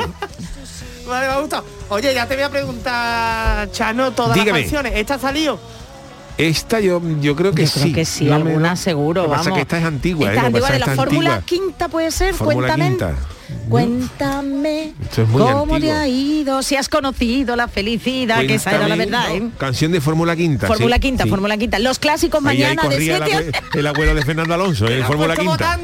Vale, me ha gustado. Oye, ya te voy a preguntar, Chano, todas Dígame. las canciones. ¿Esta ha salido? Esta yo, yo creo que Yo sí. creo que sí, alguna seguro, Lo que pasa es vamos. que esta es antigua, Esta ¿eh? es Lo que antigua pasa de es la que esta fórmula antigua. quinta puede ser, Fórmula cuéntame. quinta. Cuéntame Esto es muy cómo te antiguo. ha ido, si has conocido la felicidad, que esa era la Cuéntame, verdad. ¿eh? Canción de Fórmula Quinta. Fórmula sí, Quinta, sí. Fórmula Quinta. Los clásicos Ahí- ahí mañana de corría 7 el, abue- el abuelo de Fernando Alonso en pues, Fórmula Quinta.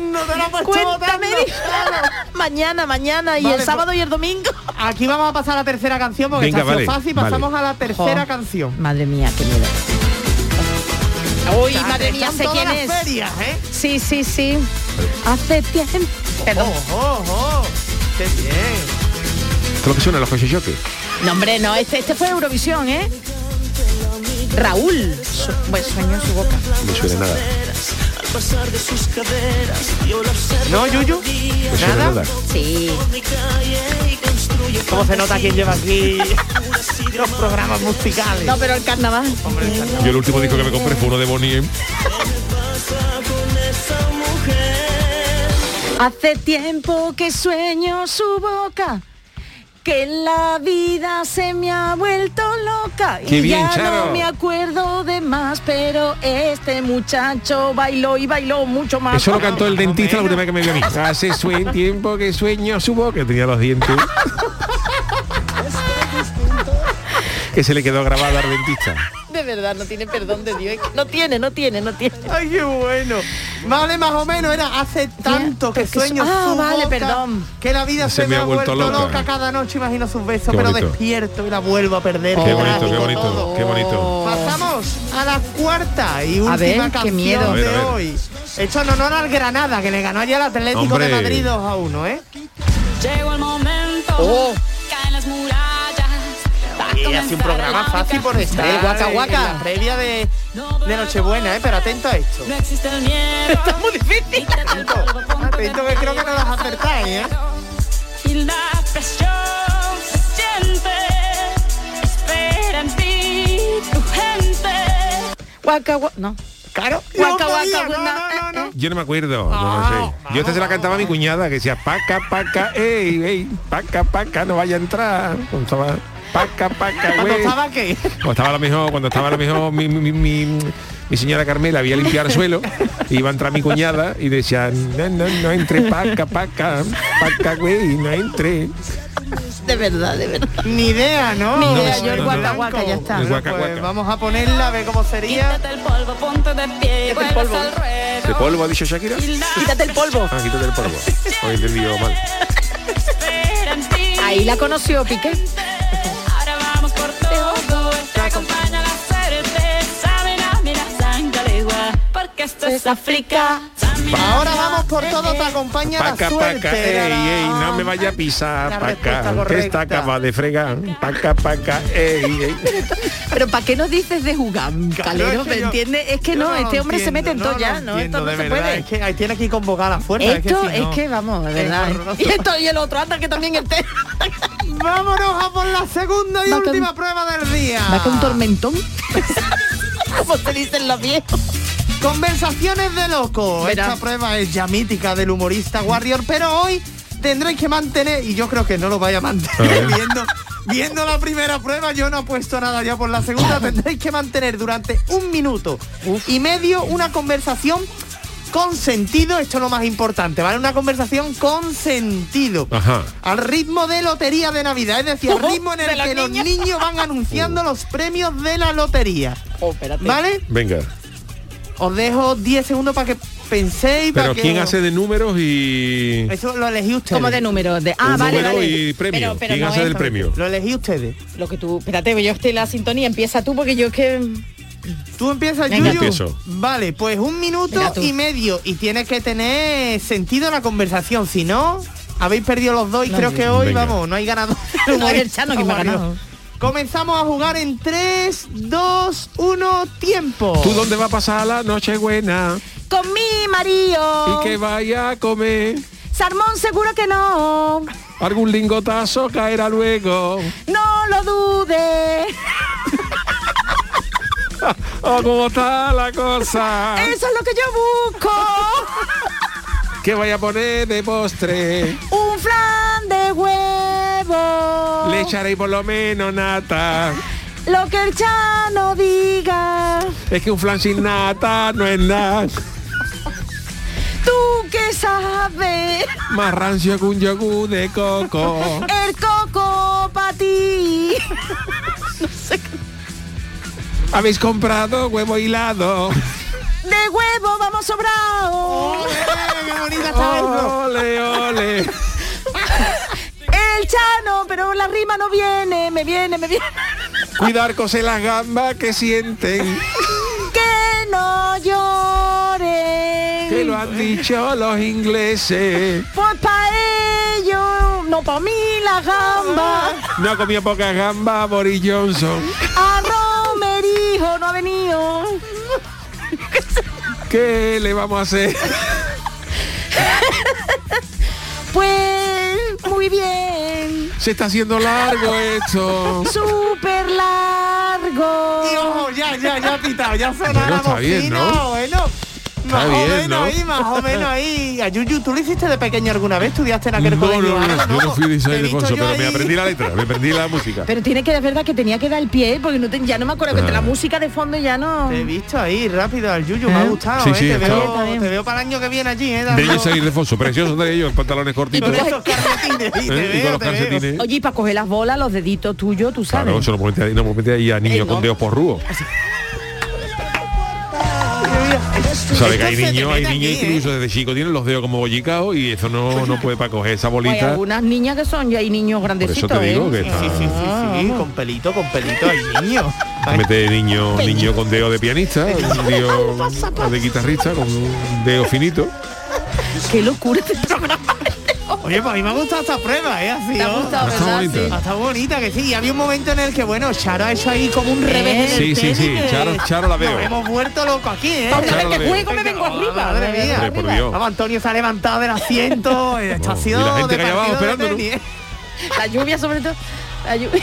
Cuéntame, di- [laughs] mañana, mañana y Vale, el pues- sábado y el domingo. Aquí vamos a pasar a la tercera canción porque Venga, está sido vale, fácil. vale. Pasamos a la tercera Jo. canción. [laughs] Madre mía, qué miedo. Uy, Están- madre mía, están sé todas quién las es. ferias, ¿eh? Sí, sí, sí. Hace tiempo. Perdón. ¡Qué bien! Esto es lo que suena, los coches choque. No, hombre, no, este, este fue Eurovisión, ¿eh? Raúl. Su- pues sueño en su boca. No suena nada. ¿No, Yuyu? No suena ¿Nada? nada. Sí. ¿Cómo se nota quién lleva [laughs] aquí los programas musicales? No, pero el carnaval. Yo el último disco que me compré fue uno de Bonnie M. Hace tiempo que sueño su boca. Que la vida se me ha vuelto loca Qué y bien, ya Charo. no me acuerdo de más, pero este muchacho bailó y bailó mucho Ah, más. Eso lo cantó el dentista la última vez que me vio a mí. Hace sue- tiempo que sueño subo que tenía los dientes. que se le quedó grabada al dentista. De verdad, no tiene perdón de Dios. es que No tiene, no tiene, no tiene. Ay, qué bueno. Vale, más o menos, era hace tanto que Porque su- sueño Ah, su vale, boca, perdón. Que la vida se, me ha vuelto, loca. cada noche, imagino sus besos, Qué pero bonito. despierto y la vuelvo a perder. Qué Qué bonito, qué trágico bonito, todo. qué bonito. Pasamos a la cuarta y última A ver, qué canción miedo. A ver, a de ver. hoy. Hecho en honor al Granada, que le ganó ayer al Atlético Hombre. de Madrid 2 a 1, ¿eh? Llegó el momento. Caen las murallas. Y hace un programa fácil por estar Eh, guaca, en guaca. la previa de, de Nochebuena, ¿eh? Pero atento a esto. No existe el miedo. Está muy difícil. Atento, atento que creo que no las acertáis, ¿eh? Y la presión se siente. Espera en ti tu gente. Guaca, guaca. No. Claro. Guaca, No guaca, podía, guaca. Yo no me acuerdo, no, sé. Ah, Yo esta se la cantaba a mi cuñada, que decía, paca, paca, ey, ey, paca, paca, no vaya a entrar. Cuando estaba, paca, paca, ¿Cuándo güey. estaba qué? Cuando estaba a lo mejor, cuando estaba a lo mejor mi, mi- mi- mi- mi señora Carmela había limpiado el suelo, e iba a entrar mi cuñada y decía, no, no, no entre, paca, paca, paca, güey, no entre. De verdad, de verdad. Ni idea, ¿no? Ni idea, Pues, No, yo el no, guaca, no. guaca, ya está. El guaca, Pues guaca. vamos a ponerla a ver cómo sería. Quítate el polvo, ponte de pie. Vuelves al ruedo. ¿De polvo ha dicho Shakira? Quítate el polvo. Ah, quítate el polvo. Hoy entendido mal. Espera en ti. Ahí la conoció Piqué. Ahora vamos por todo, te acompaña la suerte. Saben a mira sangregua, porque esto es África. Ahora vamos por todo, te acompaña la Paca, suerte. paca, ey, Era la- ey, no me vaya a pisar, La respuesta paca, que correcta. está acaba de fregar, paca, paca, ey, ey. Pero ¿para qué nos dices de jugar, Claro, Calero? es ¿Me que yo- entiendes? Es que yo no, lo este hombre se mete en entiendo, todo lo ya, ¿no? Esto entiendo, no de se verdad, puede. Es que ahí tiene que convocar a la fuerza. Esto es que, si no- vamos, de es verdad. horroroso. Y esto y el otro, anda que también el té. Vámonos a por la segunda y Va con- última prueba del día. Va con tormentón. [laughs] Como se dicen los viejos. Conversaciones de loco. Verás. Esta prueba es ya mítica del humorista Warrior, pero hoy tendréis que mantener, y yo creo que no lo vaya a mantener viendo, viendo la primera prueba, yo no apuesto nada ya por la [laughs] segunda, tendréis que mantener durante un minuto y medio una conversación con sentido, esto es lo más importante, ¿vale? Una conversación con sentido. Ajá. Al ritmo de lotería de Navidad, es decir, al ¿Cómo? ritmo en ¿De el los que los niños? niños [laughs] van Uh. anunciando los premios de la lotería. ¿Vale? Venga. Os dejo 10 segundos para que penséis. para Pero que ¿quién os- hace de números y Eso lo elegí ustedes. Como de número. De... Ah, Un vale, número vale. y premio. ¿Quién hace es- del premio? Lo elegí ustedes. Lo que tú. Espérate, yo estoy en la sintonía. Empieza tú porque yo es que. Tú empiezas, Venga. Yuyu. Empiezo. Vale, pues un minuto Venga, tú. y medio. Y tiene que tener sentido la conversación. Si no, habéis perdido los dos y No, creo no. que hoy, Venga. vamos, [laughs] no hay ganador. [laughs] No es el Chano quien me ha Mario. ganado. Comenzamos a jugar en 3, 2, 1, tiempo. ¿Tú dónde va a pasar la noche buena? Con mi marido. Y que vaya a comer. Sarmón seguro que no. Algún lingotazo caerá luego. No lo dude. Oh, cómo está la cosa. Eso es lo que yo busco. Que vaya a poner de postre. Un flan de huevo. Le echaré por lo menos nata. Lo que el chano diga. Es que un flan sin nata no es nada. Tú que me sabe Más rancio que un yogur de coco. el coco para ti. Habéis comprado huevo hilado. De huevo vamos sobrado. ¡Qué bonita Ole, ole. El chano, pero la rima no viene, me viene, me viene. Cuidar cose las gambas que sienten. Que no lloren. Que lo han dicho los ingleses. Pues para ellos, no para mí la gamba. No ha comido pocas gambas Boris Johnson. A Romerijo no ha venido. ¿Qué le vamos a hacer? Pues muy bien. Se está haciendo [laughs] largo esto. Súper largo. Y ojo, ya, ya, ya ha pitado, ya suena Bueno, la está bien, bocina, ¿no? bueno. Más o bien, menos ¿no? ahí, más o menos ahí. A Yuyu, ¿tú lo hiciste de pequeño alguna vez? ¿Estudiaste en aquel No, colegio? no, no, yo no fui de Isabel visto Alfonso, yo pero me ahí. aprendí la letra, me aprendí la música. Pero tiene que, es verdad que tenía que dar el pie, porque no te- ya no me acuerdo, que Ah. la música de fondo ya no... Te he visto ahí, rápido, al Yuyu, me ha gustado, Sí, ¿eh? sí, te, está veo, bien, está te veo para el año que viene allí, ¿eh? De Dando- Isabel Alfonso, precioso de ellos, pantalones cortitos. Esos calcetines, y te ¿eh? Y veo, te veo. con los calcetines. Oye, y para coger las bolas, los deditos tuyos, tú sabes. Claro, se lo ponete ahí, no me mete ahí a niños con dedos porrúos. Sabe que hay Esto se niños, te hay mete niños aquí, incluso desde chico tienen los dedos como bollicaos y eso no, no puede para coger esa Pues Hay bolita. algunas niñas que son, y hay niños Por eso grandecitos, te digo ¿eh? que está. Sí, Ah. con pelito, con pelito, hay niño. Mete niño, niño con dedo de pianista, un dedo de guitarrista, con un dedo finito. Qué locura este programa. Oye, pues a mí me ha gustado esta prueba, ¿eh? Así, Te ha ¿no? gustado, Está ¿verdad? bonita. Sí. Ha estado bonita, que sí. Y había un momento en el que, bueno, Charo ha hecho ahí como un revés. en Sí, el sí, tenis, sí, que Charo- Charo la veo. Nos hemos vuelto locos aquí, ¿eh? Cada [laughs] vez que Charo la juego me vengo Venga, arriba, Madre me vengo mía. Hombre, por Dios. Vamos, Antonio se ha levantado del asiento. [laughs] eh, Esto ha Vamos, sido y la gente de que allá abajo partido de esperándolo. tenis, ¿eh? La lluvia sobre todo. La lluvia.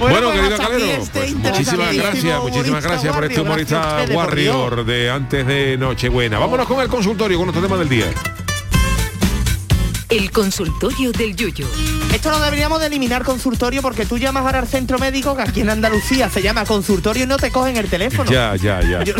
Bueno, pues querido hasta aquí Calero, este pues muchísimas interesantísimo gracias, muchísimas humorista gracias por este Warrior, gracias a humorista ustedes, por Dios. Warrior de antes de Nochebuena. Vámonos con el consultorio, con nuestro tema del día. El consultorio del Yuyo. Esto lo deberíamos de eliminar consultorio porque tú llamas ahora al centro médico que aquí en Andalucía se llama consultorio y no te cogen el teléfono. Ya, ya, ya. Yo-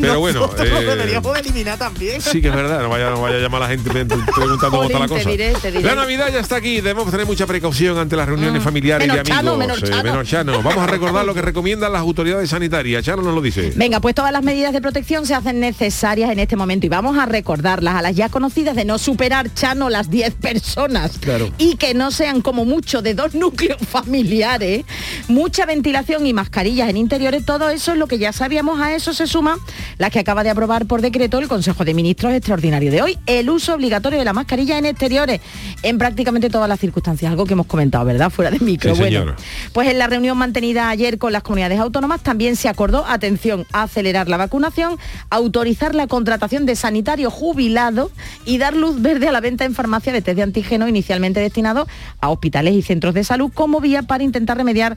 Pero bueno, Nosotros lo eh, deberíamos de eliminar también. Sí que es verdad, no vaya, no vaya a llamar a la gente pre- preguntando cómo está Jolín, la cosa. te diré, te diré. La Navidad ya está aquí, debemos tener mucha precaución ante las reuniones familiares Menos y Chano, amigos. menos eh, Chano. menos Chano. Vamos a recordar lo que recomiendan las autoridades sanitarias. Chano nos lo dice. Venga, pues todas las medidas de protección se hacen necesarias en este momento y vamos a recordarlas a las ya conocidas de no superar, Chano, las 10 personas Claro. y que no sean como mucho de dos [laughs] núcleos familiares, mucha ventilación y mascarillas en interiores, todo eso es lo que ya sabíamos, a eso se suma las que acaba de aprobar por decreto el Consejo de Ministros Extraordinario de hoy, el uso obligatorio de la mascarilla en exteriores en prácticamente todas las circunstancias, algo que hemos comentado, ¿verdad? Fuera de micro. Sí, Bueno, señora. pues en la reunión mantenida ayer con las comunidades autónomas también se acordó, atención, acelerar la vacunación, autorizar la contratación de sanitarios jubilados y dar luz verde a la venta en farmacia de test de antígeno inicialmente destinados a hospitales y centros de salud como vía para intentar remediar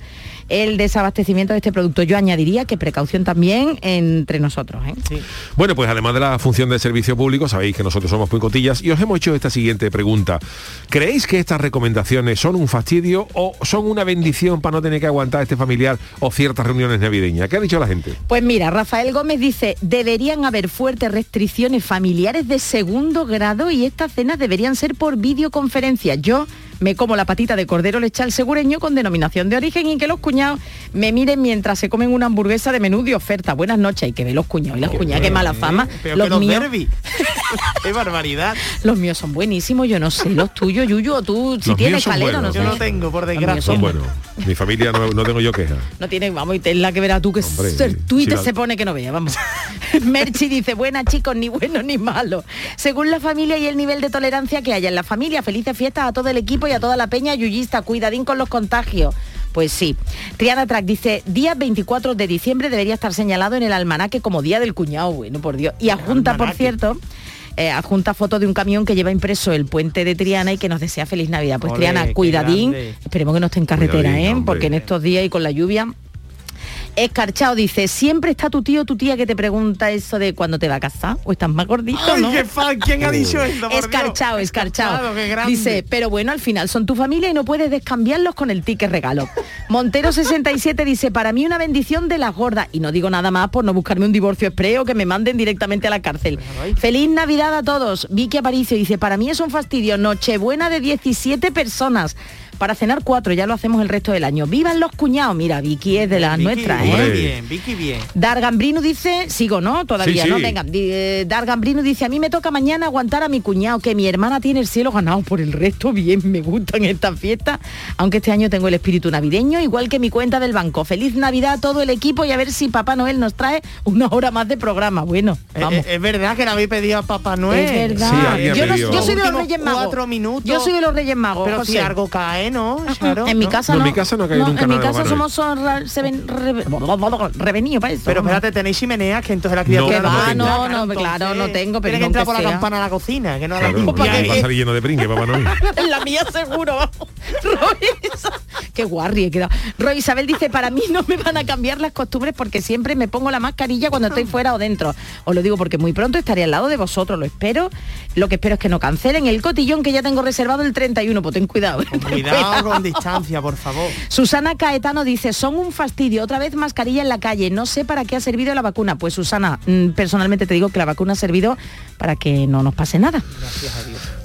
el desabastecimiento de este producto. Yo añadiría que precaución también entre nosotros. ¿eh? Bueno, pues además de la función de servicio público, sabéis que nosotros somos boicotillas y os hemos hecho esta siguiente pregunta. ¿Creéis que estas recomendaciones son un fastidio o son una bendición para no tener que aguantar este familiar o ciertas reuniones navideñas? ¿Qué ha dicho la gente? Pues mira, Rafael Gómez dice, deberían haber fuertes restricciones familiares de segundo grado y estas cenas deberían ser por videoconferencia. Yo me como la patita de cordero lechal segureño con denominación de origen y que los cuñados me miren mientras se comen una hamburguesa de menú de oferta. Buenas noches y que ve los cuñados y las cuñadas, qué mala fama. Pero los que los míos, [laughs] derbis. ¡Qué barbaridad! los míos son buenísimos, yo no sé, los tuyos, Yuyu, o tú, si Los míos tienes son calero, buenos, no sé. Yo no tengo, por desgracia. Son buenos. Mi familia no, no tengo yo queja. No tiene, vamos, y la que verá tú que Hombre, el Twitter si la- se pone que no vea, vamos. [laughs] Merchi dice, buena chicos, ni bueno ni malo. Según la familia y el nivel de tolerancia que haya en la familia, felices fiestas a todo el equipo y a toda la peña yuyista, cuidadín con los contagios. Pues sí. Triana Track dice, día 24 de diciembre debería estar señalado en el almanaque como día del cuñado, bueno, por Dios. Y adjunta, por cierto, eh, adjunta foto de un camión que lleva impreso el puente de Triana y que nos desea feliz Navidad. Pues Ole, Triana, qué cuidadín, grande. esperemos que no esté en carretera, Cuidadín, ¿eh? hombre. porque en estos días y con la lluvia Escarchado dice, siempre está tu tío o tu tía que te pregunta eso de cuándo te va a casar o estás más gordito. Ay, ¿no? qué fan, ¿quién ha Oh. dicho eso, por Dios? Escarchado, escarchado. Escarchado, qué grande. Dice, pero bueno, al final son tu familia y no puedes descambiarlos con el ticket [laughs] regalo. Montero 67 dice, para mí una bendición de las gordas. Y no digo nada más por no buscarme un divorcio expreo que me manden directamente a la cárcel. Pues Feliz Navidad a todos. Vicky Aparicio dice, para mí es un fastidio. Nochebuena de 17 personas. Para cenar cuatro, ya lo hacemos el resto del año. ¡Vivan los cuñados! Mira, Vicky es de las Vicky, nuestras, ¿eh? Vicky bien, Vicky bien. Dargambrino dice, sigo, ¿no? Todavía, Sí, sí. ¿no? Venga, di- eh, Dargambrino dice, a mí me toca mañana aguantar a mi cuñado, que mi hermana tiene el cielo ganado por el resto, bien, me gustan estas fiestas, aunque este año tengo el espíritu navideño, igual que mi cuenta del banco. Feliz Navidad a todo el equipo y a ver si Papá Noel nos trae una hora más de programa. Bueno, Eh, vamos. eh, Es verdad que le habéis pedido a Papá Noel. Es verdad. Sí, alguien Yo no- pidió. yo soy de los Últimos Reyes Magos. Cuatro minutos. Yo soy de los Reyes Magos. Pero si José. algo cae, ¿no? Sharon? en mi casa No, no. en mi casa no ha caído nunca En mi nada de casa Papá somos son ra- se ven- re- [laughs] revenidos para eso. Pero vamos. espérate, tenéis chimeneas que entonces la criatura que va, tendrá, no, no, entonces. claro, no tengo, Tiene pero que aunque entrar por la sea. campana a la cocina, que no la Claro, no, limpia. va a salir lleno de pringue, papá Noel. La mía seguro, vamos. [laughs] Roy Isa- Qué guarri he quedado. Roy Isabel dice, para mí no me van a cambiar las costumbres porque siempre me pongo la mascarilla cuando estoy fuera o dentro. Os lo digo porque muy pronto estaré al lado de vosotros, lo espero. Lo que espero es que no cancelen el cotillón que ya tengo reservado el 31, pues ten cuidado. ten Cuidado con distancia, por favor. Susana Caetano dice, son un fastidio, otra vez mascarilla en la calle, no sé para qué ha servido la vacuna. Pues Susana, mm, personalmente te digo que la vacuna ha servido para que no nos pase nada.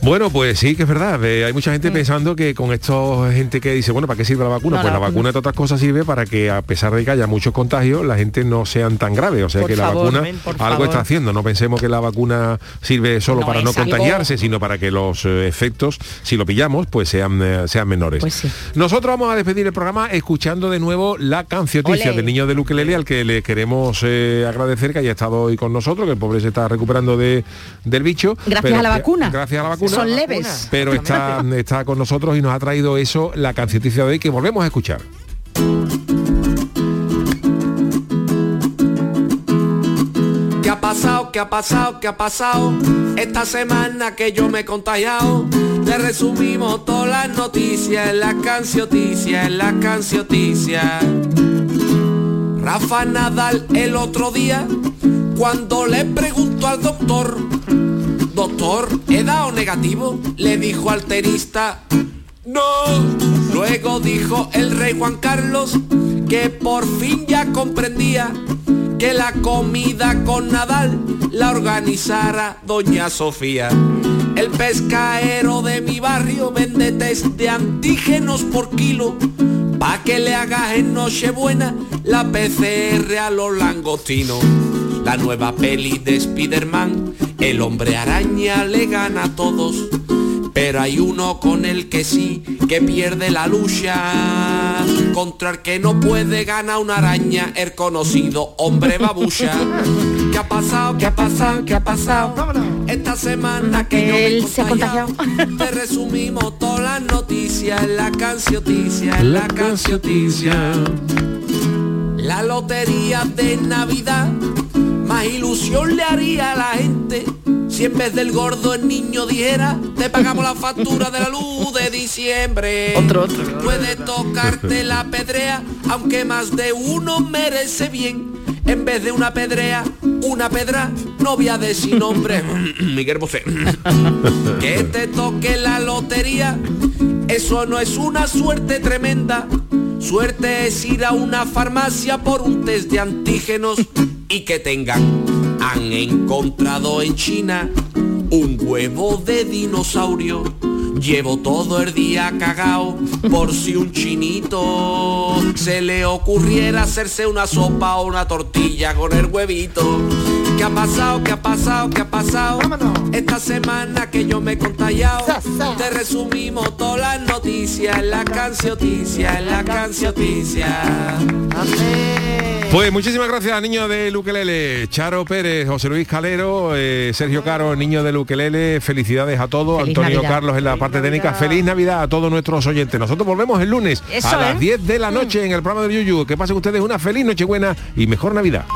Bueno, pues sí, que es verdad. eh, hay mucha gente pensando que con esto gente que dice, bueno, ¿para qué sirve la vacuna? Mm. No, pues la la, vacuna- vacuna, entre otras cosas, sirve para que a pesar de que haya muchos contagios, la gente no sean tan graves. O sea Por que favor, la vacuna men, por algo favor. está haciendo. No pensemos que la vacuna sirve solo No para es no algo- contagiarse, sino para que los eh, efectos, si lo pillamos, pues sean, eh, sean menores. Pues Nosotros vamos a despedir el programa escuchando de nuevo la cancioticia Ole. del niño de Luquelele al que le queremos eh, agradecer que haya estado hoy con nosotros, que el pobre se está recuperando de, del bicho. Gracias pero a la que- vacuna. Gracias a la vacuna. Son leves. Pero está, está con nosotros y nos ha traído eso, la cancioticia de hoy, que volvemos a escuchar. ¿Qué ha pasado? ¿Qué ha pasado? ¿Qué ha pasado? Esta semana que yo me he contagiado. Te resumimos todas las noticias en la cancioticia, en la cancioticia. Rafa Nadal el otro día, cuando le preguntó al doctor, doctor, ¿he dado negativo? Le dijo al tenista, no. Luego dijo el rey Juan Carlos que por fin ya comprendía que la comida con Nadal la organizara Doña Sofía. El pescaero de mi barrio vende test de antígenos por kilo pa' que le hagas en Nochebuena la PCR a los langostinos. La nueva peli de Spider-Man, el hombre araña le gana a todos, pero hay uno con el que sí, que pierde la lucha, contra el que no puede ganar una araña, el conocido hombre babucha. ¿Qué ha pasado? ¿Qué ha pasado? ¿Qué ha pasado? Esta semana que yo me he Él se ha contagiado. te resumimos todas las noticias, en la cancioticia, en la cancioticia. La lotería de Navidad, más ilusión le haría a la gente. Si en vez del gordo el niño dijera, te pagamos la factura de la luz de diciembre. Otro, otro. Puede tocarte la pedrea, aunque más de uno merece bien. En vez de una pedrea, una pedra, novia de sin nombre. [coughs] Miguel Bosé. que te toque la lotería, eso no es una suerte tremenda. Suerte es ir a una farmacia por un test de antígenos y que tengan. Han encontrado en China un huevo de dinosaurio. Llevo todo el día cagao por si un chinito se le ocurriera hacerse una sopa o una tortilla con el huevito. ¿Qué ha pasado? ¿Qué ha pasado? ¿Qué ha pasado? Esta semana que yo me he contagiado, te resumimos todas las noticias en la cancioticia, en la cancioticia. Pues muchísimas gracias, niño de Luquelele, Charo Pérez, José Luis Calero, eh, Sergio Caro, niño de Luquelele, felicidades a todos, Feliz Antonio Navidad. Carlos en la parte técnica, feliz Navidad a todos nuestros oyentes. Nosotros volvemos el lunes Eso, a ¿eh? Mm. las 10 de la noche en el programa de Yuyu. Que pasen ustedes una feliz Nochebuena y mejor Navidad.